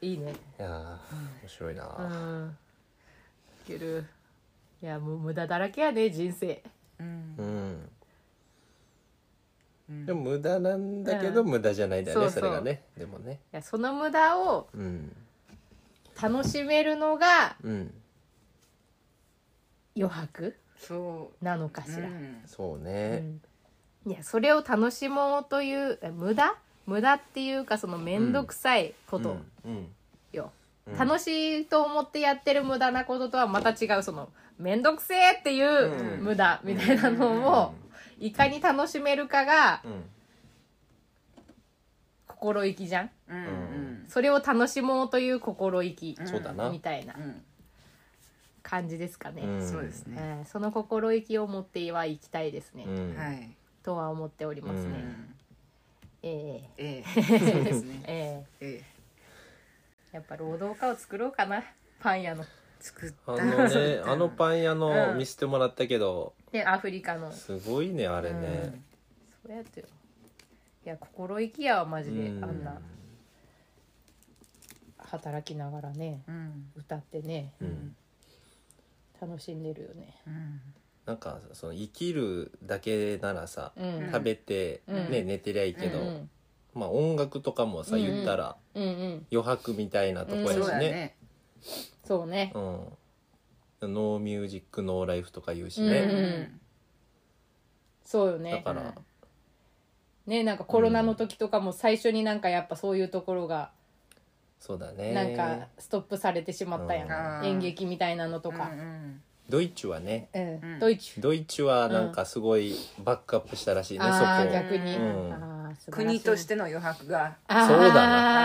[SPEAKER 3] ピ
[SPEAKER 4] いいね
[SPEAKER 3] いやー面白いな
[SPEAKER 4] う
[SPEAKER 3] あ
[SPEAKER 4] んいけるいやもう無駄だらけやね人生
[SPEAKER 1] うん
[SPEAKER 3] うん
[SPEAKER 1] うん
[SPEAKER 3] でも無駄なんだけど
[SPEAKER 4] うん
[SPEAKER 3] 無駄じゃないんだよね
[SPEAKER 4] そうそ
[SPEAKER 3] そうれがねでもね
[SPEAKER 4] いやその無駄を
[SPEAKER 3] うん
[SPEAKER 4] 楽しめるのが
[SPEAKER 3] うん
[SPEAKER 4] 余白
[SPEAKER 1] そ
[SPEAKER 4] なのか
[SPEAKER 1] う、
[SPEAKER 4] し
[SPEAKER 1] う
[SPEAKER 4] ら、
[SPEAKER 1] ん、
[SPEAKER 3] そう
[SPEAKER 4] う
[SPEAKER 3] ね
[SPEAKER 4] んいやそれを楽しもうというえ無駄無駄っていうかその面倒くさいこと、
[SPEAKER 3] うん
[SPEAKER 4] よ、
[SPEAKER 3] うん
[SPEAKER 4] 楽しいと思ってやってる無駄なこととはまた違うその面倒くせえっていう
[SPEAKER 3] うん
[SPEAKER 4] 無駄みたいなのをいかに楽しめるかが
[SPEAKER 3] うん
[SPEAKER 4] 心意気じゃん
[SPEAKER 1] うんうん
[SPEAKER 4] それを楽しもうという心意気
[SPEAKER 3] そうだな
[SPEAKER 4] みたいな
[SPEAKER 1] うん
[SPEAKER 4] 感じですかね、
[SPEAKER 3] うん
[SPEAKER 1] そうですね、
[SPEAKER 4] うんその心意気を持ってはいきたいですね、
[SPEAKER 3] うん
[SPEAKER 1] はい、
[SPEAKER 4] とは思っておりますね、
[SPEAKER 3] う
[SPEAKER 1] うん、
[SPEAKER 4] え
[SPEAKER 1] え
[SPEAKER 4] え *laughs*
[SPEAKER 1] えそうですね
[SPEAKER 4] え
[SPEAKER 1] ええ
[SPEAKER 4] えやっぱ労働家を作ろうかなパン屋の
[SPEAKER 1] 作った
[SPEAKER 3] あの
[SPEAKER 1] 作っ
[SPEAKER 4] *laughs*
[SPEAKER 3] ね
[SPEAKER 1] た
[SPEAKER 3] あのパン屋の
[SPEAKER 4] うん
[SPEAKER 3] 見せてもらったけど
[SPEAKER 4] でアフリカの
[SPEAKER 3] すごいねあれね
[SPEAKER 4] そうやってよいや心意気やわマ
[SPEAKER 3] う
[SPEAKER 4] ジで、
[SPEAKER 3] ん
[SPEAKER 4] あんな働きながらね
[SPEAKER 1] うん
[SPEAKER 4] 歌ってね
[SPEAKER 3] うん
[SPEAKER 4] 楽しんでるよね
[SPEAKER 1] うん
[SPEAKER 3] なんかその生きるだけならさ
[SPEAKER 4] うん
[SPEAKER 3] 食べて
[SPEAKER 4] うん
[SPEAKER 3] ね寝てりゃいいけ
[SPEAKER 4] う
[SPEAKER 3] ど
[SPEAKER 4] ん
[SPEAKER 3] まあ音楽とかもさ
[SPEAKER 4] うんうん
[SPEAKER 3] 言ったら
[SPEAKER 4] うんうん
[SPEAKER 3] 余白みたいなとこや
[SPEAKER 1] そう
[SPEAKER 3] し
[SPEAKER 1] だ
[SPEAKER 3] ね
[SPEAKER 1] ね
[SPEAKER 4] そうね
[SPEAKER 3] うんノーミュージックノーライフとか言うし
[SPEAKER 1] う
[SPEAKER 3] ね
[SPEAKER 1] ん
[SPEAKER 4] そうよ
[SPEAKER 3] だ
[SPEAKER 4] ね
[SPEAKER 3] から
[SPEAKER 4] ねなんかコロナの時とかも最初になんかやっぱそういうところが
[SPEAKER 3] そうだね
[SPEAKER 4] なんかストップされてしまったやん、
[SPEAKER 1] うん
[SPEAKER 4] 演劇みたいなのと
[SPEAKER 1] う
[SPEAKER 4] か、
[SPEAKER 1] ん
[SPEAKER 3] ドイツはね
[SPEAKER 4] うん
[SPEAKER 1] ん
[SPEAKER 4] ドイツ
[SPEAKER 3] ドイツはなんかすごいバックアップしたらしいね、
[SPEAKER 4] ああ
[SPEAKER 3] そこ
[SPEAKER 4] 逆に、
[SPEAKER 3] うん
[SPEAKER 4] ああ素晴らしい
[SPEAKER 1] 国としての余白が、
[SPEAKER 3] そうだ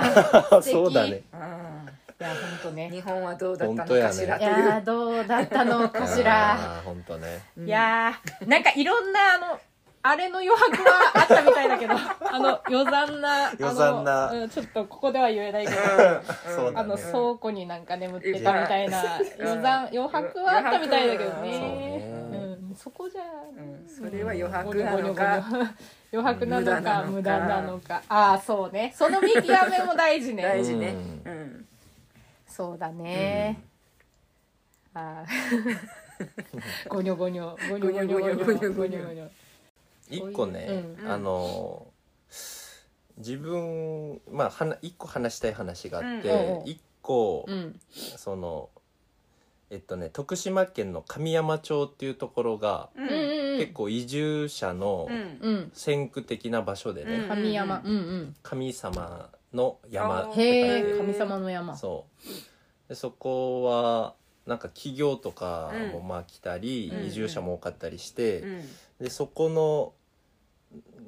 [SPEAKER 4] *laughs* な
[SPEAKER 3] を *laughs* そうだね
[SPEAKER 1] う
[SPEAKER 4] いや本当ね
[SPEAKER 1] ん、日本はどうだった
[SPEAKER 3] 本当
[SPEAKER 1] の
[SPEAKER 3] や
[SPEAKER 1] か
[SPEAKER 3] ね
[SPEAKER 1] しら
[SPEAKER 4] い
[SPEAKER 1] という、
[SPEAKER 4] やーどうだったのかしら
[SPEAKER 3] あーほんとね
[SPEAKER 4] いやーなんかいろんなあのあれの余白はあったみたいだけどあの余残なあの
[SPEAKER 3] 余残な
[SPEAKER 4] うん、ちょっとここでは言えないけど
[SPEAKER 3] そう
[SPEAKER 4] あ
[SPEAKER 3] だ
[SPEAKER 4] の
[SPEAKER 3] ね。
[SPEAKER 4] 倉庫になんか眠ってたみたいな
[SPEAKER 1] うん
[SPEAKER 4] 余残余白はあったみたいだけど
[SPEAKER 1] そう
[SPEAKER 3] ね
[SPEAKER 4] ねうん、そこじゃ
[SPEAKER 1] うんそれは余白なのか
[SPEAKER 4] ゴニョゴニョゴニョ *laughs* 余白なのか無
[SPEAKER 1] 無
[SPEAKER 4] 駄
[SPEAKER 1] 駄
[SPEAKER 4] な
[SPEAKER 1] な
[SPEAKER 4] の
[SPEAKER 1] の
[SPEAKER 4] かああそうねその見極めも大事ね
[SPEAKER 1] 大事ね
[SPEAKER 3] う
[SPEAKER 1] うん
[SPEAKER 4] そうだね、ああ *laughs* ゴニョゴニョゴニョゴニョゴニョゴニョゴニョゴニョ
[SPEAKER 3] 一個ね、
[SPEAKER 1] うん
[SPEAKER 3] あの自分まあはな一個話したい話があっ
[SPEAKER 4] うんうん
[SPEAKER 3] て、一個、
[SPEAKER 4] うん
[SPEAKER 3] そのえっとね徳島県の神山町っていうところが、
[SPEAKER 1] う
[SPEAKER 4] うんうん
[SPEAKER 1] ん
[SPEAKER 3] 結構移住者の
[SPEAKER 1] うん
[SPEAKER 4] うん
[SPEAKER 3] 先駆的な場所でね、
[SPEAKER 1] うん
[SPEAKER 4] 神山うんうん
[SPEAKER 3] 神様の山
[SPEAKER 1] あ
[SPEAKER 3] っ
[SPEAKER 1] ー
[SPEAKER 3] て
[SPEAKER 4] へ
[SPEAKER 3] 書い
[SPEAKER 4] え
[SPEAKER 3] て
[SPEAKER 4] 神様の山
[SPEAKER 3] そうでそこはなんか企業とかも
[SPEAKER 1] う
[SPEAKER 3] まあ来たり、
[SPEAKER 1] うん
[SPEAKER 3] 移住者も多かったりして、
[SPEAKER 1] うん
[SPEAKER 3] でそこの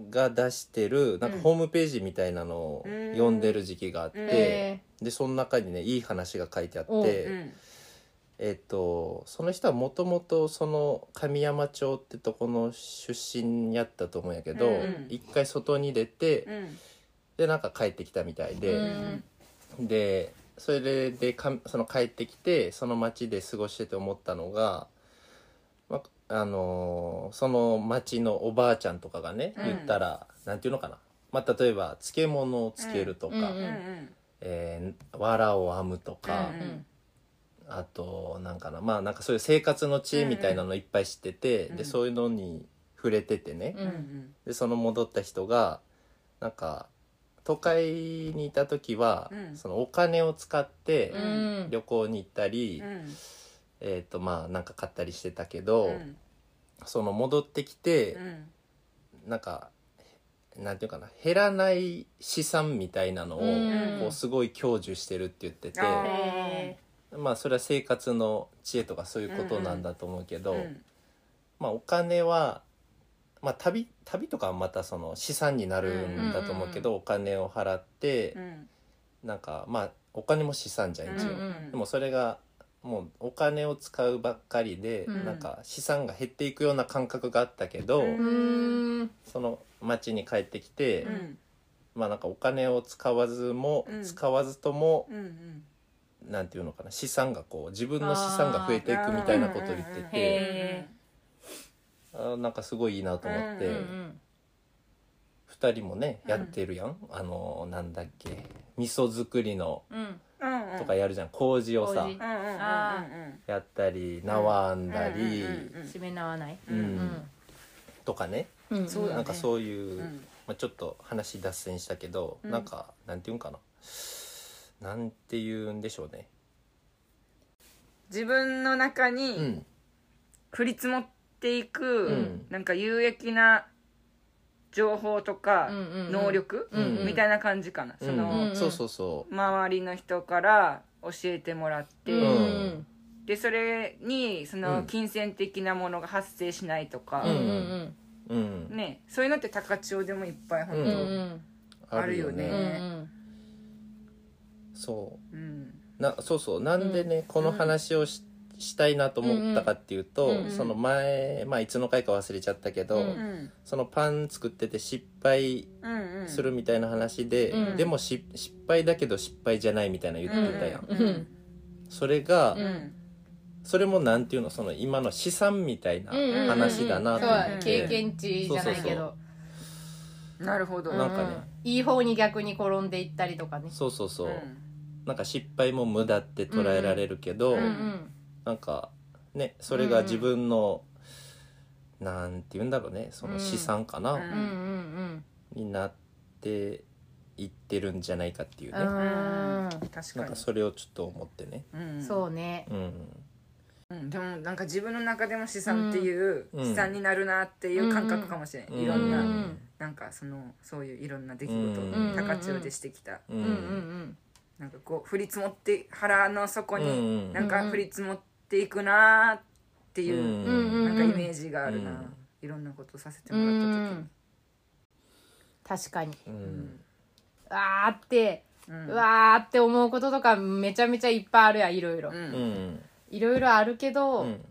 [SPEAKER 3] が出してるなんか
[SPEAKER 1] うん
[SPEAKER 3] ホームページみたいなのを
[SPEAKER 1] うん
[SPEAKER 3] 読んでる時期があって、
[SPEAKER 4] へ
[SPEAKER 3] でその中にねいい話が書いてあって、
[SPEAKER 4] おう
[SPEAKER 1] うん
[SPEAKER 3] えっとその人はもともとその神山町ってとこの出身やったと思うんやけど、
[SPEAKER 1] うん
[SPEAKER 3] 一回外に出て、
[SPEAKER 1] うん
[SPEAKER 3] でなんか帰ってきたみたい
[SPEAKER 4] え
[SPEAKER 3] で、
[SPEAKER 4] うん
[SPEAKER 3] でそれでかその帰ってきてその町で過ごしてて思ったのが、まあのーその町のおばあちゃんとかがね
[SPEAKER 1] うん
[SPEAKER 3] 言ったら、なんていうのかな、まあ、例えば漬物を漬けるとか、
[SPEAKER 4] うん
[SPEAKER 1] うんうん
[SPEAKER 3] えー藁を編むとか。
[SPEAKER 1] うん
[SPEAKER 3] あとなんかなまあなんかそういう生活の知恵みたいなのいっぱい知ってて、
[SPEAKER 1] うんう
[SPEAKER 3] で
[SPEAKER 1] ん
[SPEAKER 3] そういうのに触れててね、
[SPEAKER 4] う
[SPEAKER 1] うんん
[SPEAKER 3] でその戻った人がなんか都会にいた時は、
[SPEAKER 1] うん
[SPEAKER 3] そのお金を使って
[SPEAKER 4] うん
[SPEAKER 3] 旅行に行ったり、
[SPEAKER 1] うん
[SPEAKER 3] えっ、とまあなんか買ったりしてたけど、
[SPEAKER 1] うん
[SPEAKER 3] その戻ってきて
[SPEAKER 1] う、ん
[SPEAKER 3] なんかなんていうかな減らない資産みたいなのを、
[SPEAKER 4] うん
[SPEAKER 3] こうすごい享受してるって言ってて、
[SPEAKER 1] あー
[SPEAKER 4] へ
[SPEAKER 3] まあそれは生活の知恵とかそういうことなんだと思うけど。
[SPEAKER 1] うん
[SPEAKER 3] まあ、お金は、まあ、旅旅とかはまたその資産になるんだと思うけど、お金を払って、
[SPEAKER 1] うん
[SPEAKER 3] なんかまあお金も資産じゃん一応、
[SPEAKER 4] うん
[SPEAKER 3] でもそれがもうお金を使うばっかりで、
[SPEAKER 4] うん
[SPEAKER 3] なんか資産が減っていくような感覚があったけど、
[SPEAKER 1] うん
[SPEAKER 4] うーん
[SPEAKER 3] その町に帰ってきて、
[SPEAKER 1] うん
[SPEAKER 3] まあなんかお金を使わずも、
[SPEAKER 1] うん
[SPEAKER 3] 使わずとも
[SPEAKER 1] うんうん
[SPEAKER 3] なんていうのかな資産がこう自分の資産が増えていくみたいなことを言ってて
[SPEAKER 4] へ
[SPEAKER 3] あーなんかすごいいいなと思って。
[SPEAKER 1] うん
[SPEAKER 4] う
[SPEAKER 1] うん
[SPEAKER 3] 2人もね
[SPEAKER 1] うん
[SPEAKER 3] やってるやん、あのなんだっけ味噌作りの
[SPEAKER 4] うん
[SPEAKER 1] うんうん
[SPEAKER 3] とかやるじゃん麹をさ
[SPEAKER 4] 麹
[SPEAKER 1] うんうんうんうんうん
[SPEAKER 4] あ
[SPEAKER 3] やったり縄編んだり、
[SPEAKER 1] うんうん
[SPEAKER 4] 締め縄ない
[SPEAKER 1] うん
[SPEAKER 3] とかね
[SPEAKER 4] うん
[SPEAKER 1] そうだね
[SPEAKER 3] なんかそういう、
[SPEAKER 1] うん
[SPEAKER 3] まあ、ちょっと話脱線したけど、
[SPEAKER 1] うん
[SPEAKER 3] なんかなんていうんかななんていうんでしょうね、
[SPEAKER 1] 自分の中
[SPEAKER 3] う
[SPEAKER 1] に
[SPEAKER 3] ん、
[SPEAKER 1] 降り積もっていく、
[SPEAKER 3] うん
[SPEAKER 1] なんか有益な情報とか
[SPEAKER 4] うんうんうん
[SPEAKER 1] 能力、
[SPEAKER 3] うんうん
[SPEAKER 1] みたいな感じかな、そ
[SPEAKER 3] うん
[SPEAKER 1] の
[SPEAKER 4] ん
[SPEAKER 3] そうそうそ
[SPEAKER 1] 周りの人から教えてもらって、
[SPEAKER 4] うん
[SPEAKER 1] でそれにそうの
[SPEAKER 3] ん
[SPEAKER 1] 金銭的なものが発生しないとか、
[SPEAKER 4] うん
[SPEAKER 3] ん
[SPEAKER 4] うん
[SPEAKER 3] う、うん、
[SPEAKER 1] ねそういうのって高千穂でもいっぱい本
[SPEAKER 4] うん
[SPEAKER 1] 当、
[SPEAKER 4] うんうん
[SPEAKER 3] あるよ
[SPEAKER 1] あ
[SPEAKER 3] ね
[SPEAKER 1] る
[SPEAKER 4] う
[SPEAKER 1] よね
[SPEAKER 4] ん
[SPEAKER 3] そ
[SPEAKER 1] うん
[SPEAKER 3] うなそうそうなんでね、この話をししたいなと思ったかっていうと、
[SPEAKER 4] うんうん
[SPEAKER 3] その前、まあ、いつの回か忘れちゃったけど、
[SPEAKER 4] うん
[SPEAKER 1] うんうん
[SPEAKER 3] そのパン作ってて失敗
[SPEAKER 1] うんうん
[SPEAKER 3] するみたいな話で、
[SPEAKER 4] うん
[SPEAKER 3] でもし失敗だけど失敗じゃないみたいな言
[SPEAKER 1] うん
[SPEAKER 3] ってたやん、
[SPEAKER 1] うん
[SPEAKER 3] それが、
[SPEAKER 1] うん
[SPEAKER 3] それもなんていうのその今の資産みたいな
[SPEAKER 4] うんうんうん
[SPEAKER 3] 話だなと思
[SPEAKER 4] そう
[SPEAKER 3] っ
[SPEAKER 4] 経
[SPEAKER 3] て、
[SPEAKER 4] 験値じゃないけど
[SPEAKER 1] なるほど、
[SPEAKER 3] なんかね
[SPEAKER 4] うんいい方に逆に転んでいったりとかね
[SPEAKER 3] そうそうそう、
[SPEAKER 1] うん
[SPEAKER 3] なんか失敗も無駄って捉えられるけど、
[SPEAKER 1] うん
[SPEAKER 4] うん
[SPEAKER 3] なんかねそれが自分の、なんていうんだろうねその資産かな、
[SPEAKER 1] う
[SPEAKER 4] うんうんうん
[SPEAKER 3] になっていってるんじゃないかっていうね、
[SPEAKER 4] うん
[SPEAKER 1] 確
[SPEAKER 3] なん
[SPEAKER 1] か
[SPEAKER 3] か
[SPEAKER 1] に
[SPEAKER 3] それをちょっと思ってね。
[SPEAKER 1] うん
[SPEAKER 4] そうね
[SPEAKER 3] うん
[SPEAKER 1] うん、でもなんか自分の中でも資産っていう、
[SPEAKER 3] うん
[SPEAKER 1] 資産になるなっていう感覚かもしれない、
[SPEAKER 3] うん
[SPEAKER 1] いろんな、
[SPEAKER 4] うん
[SPEAKER 1] なんかそのそういういろんな出来事を
[SPEAKER 3] うん
[SPEAKER 1] 高千穂でしてきた、
[SPEAKER 3] う
[SPEAKER 4] うんんうん
[SPEAKER 1] なんかこう降り積もって腹の底に
[SPEAKER 3] うん
[SPEAKER 1] なんか降り積もっていくなーっていう、
[SPEAKER 3] うん
[SPEAKER 4] うんうん
[SPEAKER 1] なんかイメージがあるな、
[SPEAKER 3] うん
[SPEAKER 1] いろんなことさせて
[SPEAKER 4] う
[SPEAKER 1] もらった時
[SPEAKER 4] ん確かに
[SPEAKER 3] うん
[SPEAKER 4] わーって
[SPEAKER 1] うん
[SPEAKER 4] うわーって思うこととかめちゃめちゃいっぱいあるやいろいろ
[SPEAKER 1] うん
[SPEAKER 3] う、ん
[SPEAKER 4] いろいろあるけど、
[SPEAKER 3] うん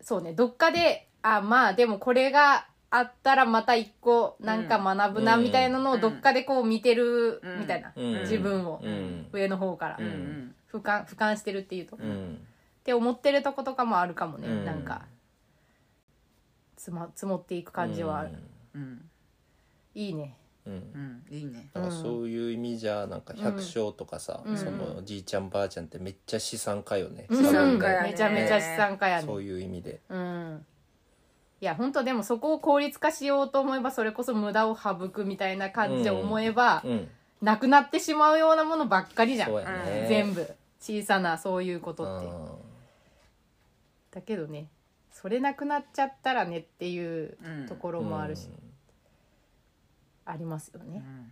[SPEAKER 4] そうねどっかであまあでもこれがあったらまた一個なんか学ぶな
[SPEAKER 3] うん
[SPEAKER 4] みたいなのをどっかでこう見てる
[SPEAKER 1] うん
[SPEAKER 4] みたいな、
[SPEAKER 3] うん
[SPEAKER 4] 自分を
[SPEAKER 3] うん
[SPEAKER 4] 上の方から、
[SPEAKER 3] う
[SPEAKER 1] うんうん
[SPEAKER 4] 俯瞰俯瞰してるっていうと、
[SPEAKER 3] う
[SPEAKER 4] っ
[SPEAKER 3] ん
[SPEAKER 4] て思ってるとことかもあるかもね、
[SPEAKER 3] うん
[SPEAKER 4] なんか積,、ま、積もっていく感じはある、
[SPEAKER 1] うん
[SPEAKER 4] いいね
[SPEAKER 3] うん
[SPEAKER 1] うんいいね
[SPEAKER 3] なんかそういう意味じゃなんか百姓とかさ、
[SPEAKER 4] うん
[SPEAKER 3] そのじいちゃんばあちゃんってめっちゃ資産家よね、
[SPEAKER 4] うん
[SPEAKER 1] 資産家やね
[SPEAKER 4] めちゃめちゃ資産家やね
[SPEAKER 3] そういう意味で
[SPEAKER 4] うんいや本当でもそこを効率化しようと思えばそれこそ無駄を省くみたいな感じで思えば、
[SPEAKER 3] うん
[SPEAKER 4] なくなってしまうようなものばっかりじゃん、
[SPEAKER 3] そうやね
[SPEAKER 4] 全部小さなそういうことって、
[SPEAKER 3] う
[SPEAKER 4] だけどねそれなくなっちゃったらねっていう
[SPEAKER 1] うん
[SPEAKER 4] ところ
[SPEAKER 3] ん
[SPEAKER 4] もあるし、ありますよ
[SPEAKER 1] う
[SPEAKER 4] ね、
[SPEAKER 1] ん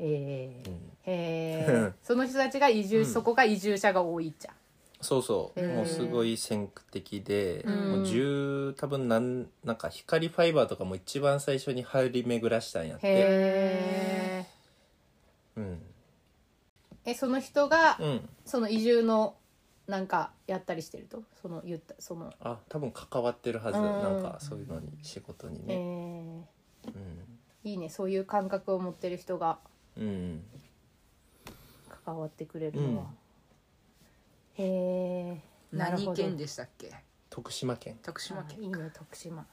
[SPEAKER 4] えー
[SPEAKER 3] うん
[SPEAKER 4] へ
[SPEAKER 3] *laughs*
[SPEAKER 4] ーその人たちが移住、そこが移住者が多いっちゃ
[SPEAKER 3] そうそう、
[SPEAKER 4] へー
[SPEAKER 3] もうすごい先駆的で、
[SPEAKER 4] ん
[SPEAKER 3] もう10多分なんなんか光ファイバーとかも一番最初に張り巡らしたんやって、
[SPEAKER 4] へ
[SPEAKER 3] うん
[SPEAKER 4] えその人が、
[SPEAKER 3] うん、
[SPEAKER 4] その移住のなんかやったりしてるとその言ったその
[SPEAKER 3] あ多分関わってるはず、
[SPEAKER 4] うん
[SPEAKER 3] なんかそういうのに仕事に
[SPEAKER 4] え
[SPEAKER 3] ね、
[SPEAKER 4] ーいいねそういう感覚を持ってる人が
[SPEAKER 3] うん、うん、
[SPEAKER 4] 関わってくれるのは、へえなる
[SPEAKER 1] 何
[SPEAKER 4] ほど
[SPEAKER 1] 県でしたっけ
[SPEAKER 3] 徳島県
[SPEAKER 1] 徳島
[SPEAKER 4] あい
[SPEAKER 1] 県
[SPEAKER 4] いね徳島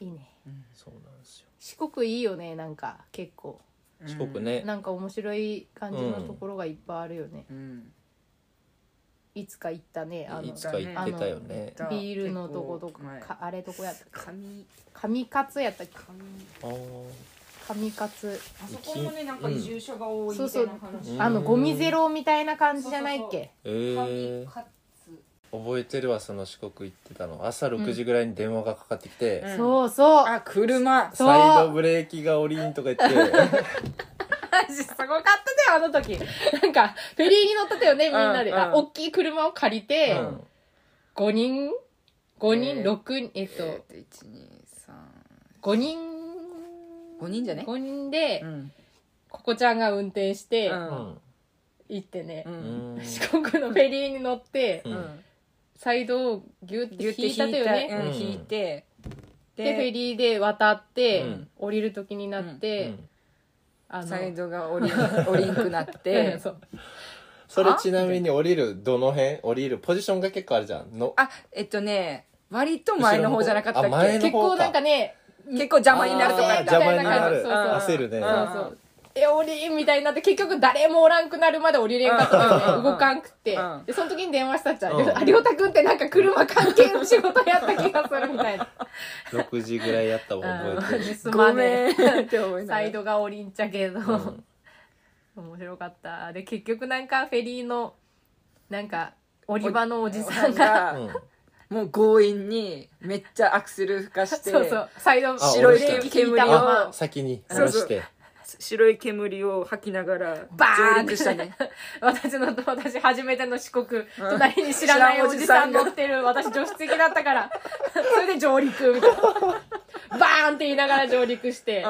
[SPEAKER 4] いいね
[SPEAKER 3] そうなんですよ
[SPEAKER 4] 四国いいよねなんか結構
[SPEAKER 3] 四国ね、
[SPEAKER 4] なんか面白い感じのところがいっぱいあるよね、
[SPEAKER 1] うん
[SPEAKER 4] いつか行ったねあの
[SPEAKER 3] いつか行ってたよね
[SPEAKER 1] あの
[SPEAKER 4] ビールのとこと
[SPEAKER 1] 結
[SPEAKER 4] か
[SPEAKER 1] 構前
[SPEAKER 4] かあれどこやったっけ
[SPEAKER 1] 神
[SPEAKER 4] 上勝やったっけ
[SPEAKER 1] 神
[SPEAKER 3] ああ
[SPEAKER 4] 上勝
[SPEAKER 2] あそこもねなんか移住所が多い
[SPEAKER 4] そう
[SPEAKER 2] み
[SPEAKER 4] そ
[SPEAKER 2] たいうな話
[SPEAKER 3] ん
[SPEAKER 4] あのゴミゼロみたいな感じじゃないっけ
[SPEAKER 3] え
[SPEAKER 2] 神
[SPEAKER 3] ー、
[SPEAKER 2] 勝
[SPEAKER 3] 覚えてるわその四国行ってたの朝6時ぐらいに電話がかかってきて、
[SPEAKER 1] ん
[SPEAKER 4] そうそう
[SPEAKER 1] あ車
[SPEAKER 4] そう
[SPEAKER 3] サイドブレーキが降りんとか言って
[SPEAKER 4] 私すごかったねあの時なんかフェリーに乗ってたよねみんなで、
[SPEAKER 1] うんうん
[SPEAKER 4] あ大きい車を借りて、
[SPEAKER 3] うん
[SPEAKER 4] 5人5人、
[SPEAKER 1] えー
[SPEAKER 4] 六6えっと、
[SPEAKER 1] えーと123
[SPEAKER 4] 5人
[SPEAKER 1] 五人じゃね
[SPEAKER 4] 5人で、
[SPEAKER 1] うん
[SPEAKER 4] ここちゃんが運転して
[SPEAKER 1] うん
[SPEAKER 4] 行ってね、
[SPEAKER 1] う
[SPEAKER 3] うんん
[SPEAKER 4] 四国のフェリーに乗って、
[SPEAKER 3] うん
[SPEAKER 4] サイドをギュッ
[SPEAKER 1] ギュってて引
[SPEAKER 4] 引
[SPEAKER 1] い
[SPEAKER 4] い
[SPEAKER 1] た
[SPEAKER 4] た
[SPEAKER 1] と
[SPEAKER 4] と
[SPEAKER 1] い
[SPEAKER 4] よ
[SPEAKER 1] うね
[SPEAKER 4] ね、
[SPEAKER 3] うん
[SPEAKER 1] 引いて
[SPEAKER 4] でフェリーで渡って、
[SPEAKER 3] うん
[SPEAKER 4] 降りる時になって、
[SPEAKER 3] うん
[SPEAKER 4] あの
[SPEAKER 1] サイドが降り *laughs* 降りんくなって
[SPEAKER 4] そう
[SPEAKER 3] それちなみに降りるどの辺降りるポジションが結構あるじゃんの
[SPEAKER 1] あえっとね割と前の方じゃなかったっ
[SPEAKER 3] あ
[SPEAKER 1] け
[SPEAKER 3] 前の
[SPEAKER 4] 結構なんかね
[SPEAKER 1] 結構邪魔になるとかあ
[SPEAKER 3] あー
[SPEAKER 1] っ
[SPEAKER 3] 邪
[SPEAKER 1] た
[SPEAKER 3] 魔になる
[SPEAKER 4] そうそ
[SPEAKER 3] 焦
[SPEAKER 4] う
[SPEAKER 3] るね
[SPEAKER 1] うん
[SPEAKER 4] そうそう。え、降りんみたいになって、結局誰もおらんくなるまで降りれんかったんです
[SPEAKER 1] うん
[SPEAKER 4] ね。動かんくって
[SPEAKER 1] うん。
[SPEAKER 4] で、その時に電話したっちゃう。
[SPEAKER 3] うん
[SPEAKER 4] *laughs* あ、りょうたくんってなんか車関係の仕事やった気がするみたいな。
[SPEAKER 3] 6時ぐらいやったわ覚えてる
[SPEAKER 4] で、すま
[SPEAKER 1] ご
[SPEAKER 4] ね
[SPEAKER 1] めんって思いなが
[SPEAKER 4] *laughs* サ
[SPEAKER 1] ら *laughs*
[SPEAKER 4] イドが降りんちゃけど。
[SPEAKER 3] うん
[SPEAKER 4] 面白かった。で、結局なんかフェリーの、なんか、降り場のおじさんが、
[SPEAKER 3] うん
[SPEAKER 1] もう強引にめっちゃアクセル吹かして
[SPEAKER 4] そうそう、サイド
[SPEAKER 3] あ
[SPEAKER 1] 白い
[SPEAKER 3] 下ろし
[SPEAKER 1] 煙
[SPEAKER 4] たま
[SPEAKER 1] を
[SPEAKER 4] ま
[SPEAKER 3] あ先に下ろして
[SPEAKER 1] 白い煙を吐きながら
[SPEAKER 4] バーン
[SPEAKER 1] 上陸したね
[SPEAKER 4] 私の私初めての四国、隣に知らないおじさん乗ってる私助手席だったから *laughs* それで上陸みたいなバーンって言いながら上陸して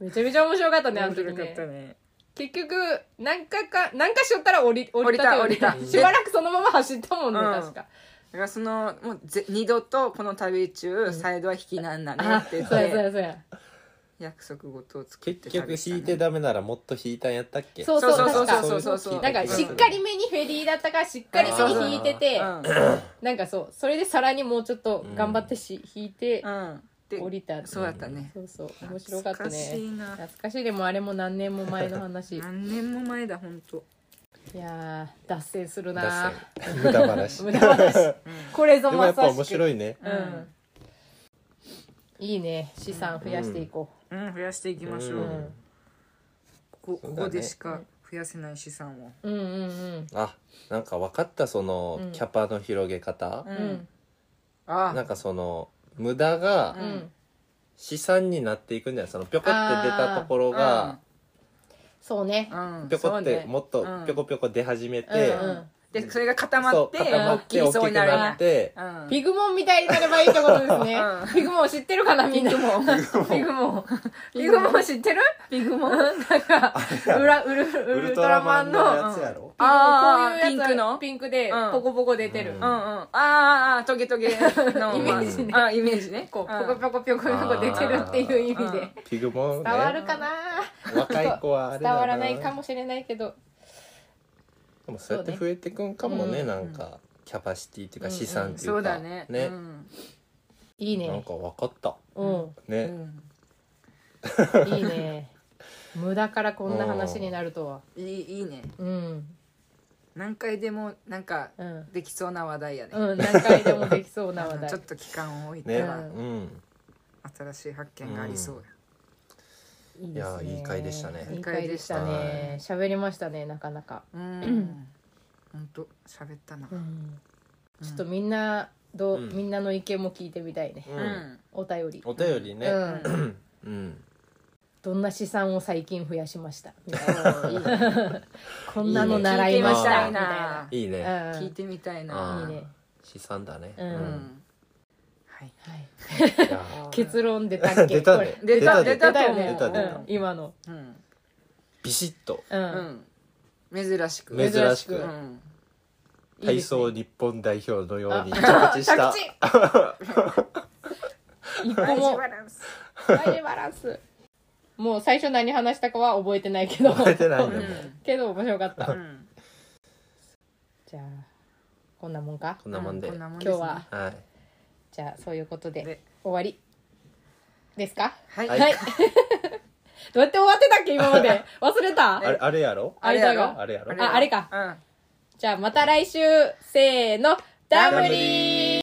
[SPEAKER 4] めちゃめちゃ面白かったねあの
[SPEAKER 1] 面
[SPEAKER 4] 時
[SPEAKER 1] 白か
[SPEAKER 4] ね
[SPEAKER 1] ったね
[SPEAKER 4] 結局何回か何かしよったら降り降りたよね
[SPEAKER 1] 降りた降りた
[SPEAKER 4] しばらくそのまま走ったもんね、
[SPEAKER 1] うん
[SPEAKER 4] 確か
[SPEAKER 1] だからそのもうぜ二度とこの旅中サイドは引きなんだね
[SPEAKER 4] あ
[SPEAKER 1] って
[SPEAKER 4] そう
[SPEAKER 1] 言
[SPEAKER 4] や
[SPEAKER 1] っ
[SPEAKER 4] そうや
[SPEAKER 1] て
[SPEAKER 4] そうや
[SPEAKER 1] 約束事を作って
[SPEAKER 3] 結局
[SPEAKER 1] 旅したね
[SPEAKER 3] 引いてダメならもっと引いたんやったっけ
[SPEAKER 4] そう
[SPEAKER 1] そう
[SPEAKER 4] そ
[SPEAKER 1] そううそう
[SPEAKER 4] 確か
[SPEAKER 1] そうそうそう
[SPEAKER 4] なんかしっかりめにフェリーだったからしっかりめに引いてて
[SPEAKER 1] う
[SPEAKER 4] なんかそうそれでさらにもうちょっと頑張ってし、引いて
[SPEAKER 1] んうんで
[SPEAKER 4] 降りた
[SPEAKER 1] そうだったね
[SPEAKER 4] そうそう面白かったね
[SPEAKER 1] 懐かしいな
[SPEAKER 4] 懐かしいでもあれも何年も前の話 *laughs* い
[SPEAKER 1] 何年も前だ本当
[SPEAKER 4] やー脱線するな
[SPEAKER 3] 脱線無駄話
[SPEAKER 4] *laughs* 無駄話これぞ
[SPEAKER 3] でもや
[SPEAKER 4] ま
[SPEAKER 3] っぱ
[SPEAKER 4] さ
[SPEAKER 3] 面
[SPEAKER 4] しく
[SPEAKER 3] 白いね
[SPEAKER 4] うんいいね資産増やしていこ
[SPEAKER 1] うん増やしていきましょ
[SPEAKER 4] う、
[SPEAKER 1] う
[SPEAKER 4] うん
[SPEAKER 3] ん
[SPEAKER 1] ここ
[SPEAKER 3] そうだね
[SPEAKER 1] こでしか増やせない資産を
[SPEAKER 4] うん、うんうん
[SPEAKER 3] あなんか分かったその
[SPEAKER 4] うん
[SPEAKER 3] キャパの広げ方
[SPEAKER 1] う
[SPEAKER 4] うんうん
[SPEAKER 1] んあ
[SPEAKER 3] なんかその無駄が
[SPEAKER 4] うん
[SPEAKER 3] 資産になっていくんじゃないそのぴょこって出たところが
[SPEAKER 4] そうね
[SPEAKER 1] うん
[SPEAKER 3] ぴょこっ
[SPEAKER 1] そう
[SPEAKER 3] て
[SPEAKER 1] ね
[SPEAKER 3] もっと
[SPEAKER 1] うん
[SPEAKER 3] ぴょこぴょこ出始め
[SPEAKER 4] うんう
[SPEAKER 3] て
[SPEAKER 4] ん
[SPEAKER 1] でそれが固まって大きいそうになる
[SPEAKER 3] 大きくって
[SPEAKER 1] うん
[SPEAKER 4] ピグモンみたいになればいいってことですね
[SPEAKER 1] う。
[SPEAKER 4] ピグモン知ってるかなみんな。ピグモン。ピグモン。知ってるピグモン。なんか、ウラ、ウル、ウ
[SPEAKER 3] ウ
[SPEAKER 4] ル
[SPEAKER 3] ル
[SPEAKER 4] ト
[SPEAKER 3] ト
[SPEAKER 4] ラ
[SPEAKER 3] ラ
[SPEAKER 4] マ
[SPEAKER 3] マ
[SPEAKER 4] ン
[SPEAKER 3] ン
[SPEAKER 4] の。
[SPEAKER 3] のやつやろ
[SPEAKER 1] あー
[SPEAKER 4] ピグモンこういうやつ
[SPEAKER 1] ピンクの
[SPEAKER 4] ピンクで
[SPEAKER 1] う、ん
[SPEAKER 4] ポコポコ出てる。
[SPEAKER 3] う
[SPEAKER 1] うんんうんあーあートゲトゲの
[SPEAKER 4] イメージね
[SPEAKER 1] まああイメージね
[SPEAKER 4] こう、
[SPEAKER 1] うん
[SPEAKER 4] ポコポコピョコピョコ出てるっていう意味で。
[SPEAKER 3] ピグモン
[SPEAKER 4] 伝わる
[SPEAKER 3] ね
[SPEAKER 4] かな
[SPEAKER 3] 若い子はあれ
[SPEAKER 4] 伝
[SPEAKER 3] だ
[SPEAKER 4] わらない
[SPEAKER 3] で
[SPEAKER 4] かもしれないけど。
[SPEAKER 3] もそうやって増えてくんかもねなんかキャパシティっていうか資産っていうか
[SPEAKER 1] そうだね
[SPEAKER 3] ね
[SPEAKER 1] うん
[SPEAKER 4] いい
[SPEAKER 3] なん
[SPEAKER 4] ね。
[SPEAKER 3] か分かった
[SPEAKER 4] うん。
[SPEAKER 1] う
[SPEAKER 3] ね
[SPEAKER 1] ん
[SPEAKER 4] いいね。無駄からこんな話になるとは。
[SPEAKER 1] いいいいね
[SPEAKER 4] うん。
[SPEAKER 1] 何回でもなんか
[SPEAKER 4] うん。
[SPEAKER 1] できそうな話題やね
[SPEAKER 4] うん。何回でもできそうな話
[SPEAKER 1] うん
[SPEAKER 4] 題
[SPEAKER 1] ちょっ。と期間を置い
[SPEAKER 3] ね
[SPEAKER 1] て
[SPEAKER 3] う
[SPEAKER 1] は
[SPEAKER 3] ん
[SPEAKER 1] 新しい発見がありそうや
[SPEAKER 4] い
[SPEAKER 3] いやいい回でしたね
[SPEAKER 4] いい回でしたね。喋りましたね、なかなか。
[SPEAKER 1] うん本当喋ったな
[SPEAKER 4] ちょっとみんなどう、
[SPEAKER 3] うん
[SPEAKER 4] みんなの意見も聞いてみたいね。
[SPEAKER 3] う
[SPEAKER 1] うんん
[SPEAKER 4] お便り。
[SPEAKER 3] お便り
[SPEAKER 4] う
[SPEAKER 3] ね
[SPEAKER 4] ん。
[SPEAKER 3] うん
[SPEAKER 4] どんな資産を最近増やしました。みたいな
[SPEAKER 1] おーいいね
[SPEAKER 4] こんなの習いまし
[SPEAKER 1] 聞い
[SPEAKER 4] た。
[SPEAKER 1] てみたい
[SPEAKER 4] みたい
[SPEAKER 1] な
[SPEAKER 3] いう
[SPEAKER 1] 聞いてみたいな
[SPEAKER 3] いねあ
[SPEAKER 4] な。うんいうい
[SPEAKER 3] ん
[SPEAKER 4] ね。
[SPEAKER 3] 資産だね
[SPEAKER 4] う
[SPEAKER 1] うんんはい
[SPEAKER 4] はい。
[SPEAKER 3] いや
[SPEAKER 4] 結論出たっけ。
[SPEAKER 3] 出たね
[SPEAKER 4] これ
[SPEAKER 1] 出た
[SPEAKER 3] 出
[SPEAKER 1] 出た
[SPEAKER 3] た
[SPEAKER 4] 出た
[SPEAKER 1] と
[SPEAKER 4] よ
[SPEAKER 1] 思
[SPEAKER 4] ね
[SPEAKER 1] う。
[SPEAKER 3] 出た出た
[SPEAKER 4] うん今の。
[SPEAKER 1] うん
[SPEAKER 3] ビシッと
[SPEAKER 4] う。
[SPEAKER 1] うんん珍しく
[SPEAKER 3] 珍
[SPEAKER 4] 珍し
[SPEAKER 3] し
[SPEAKER 4] く
[SPEAKER 1] う
[SPEAKER 3] く
[SPEAKER 1] ん
[SPEAKER 4] いい
[SPEAKER 3] 体
[SPEAKER 4] ですね
[SPEAKER 3] 操日本代表のように着地した
[SPEAKER 4] 着地一歩もバイバランスもう最初何話したかは覚えてないけど
[SPEAKER 3] 覚えてないね
[SPEAKER 1] う
[SPEAKER 3] もうん
[SPEAKER 4] *laughs* けど面白かった
[SPEAKER 1] うん
[SPEAKER 4] じゃあこんなもんか
[SPEAKER 3] こんなもんで
[SPEAKER 1] こ
[SPEAKER 3] は
[SPEAKER 1] もんです
[SPEAKER 4] 今
[SPEAKER 1] ね
[SPEAKER 4] 日は
[SPEAKER 3] いう
[SPEAKER 4] じゃあそういうことで
[SPEAKER 1] で
[SPEAKER 4] 終わりですか
[SPEAKER 1] はい
[SPEAKER 3] はい
[SPEAKER 4] はいどうやって終わってたっけ今まで忘れた
[SPEAKER 3] あれあれやろ
[SPEAKER 4] あれだよ
[SPEAKER 3] あれやろ
[SPEAKER 4] ああれか
[SPEAKER 1] うん
[SPEAKER 4] じゃあまた来週せーのダブリー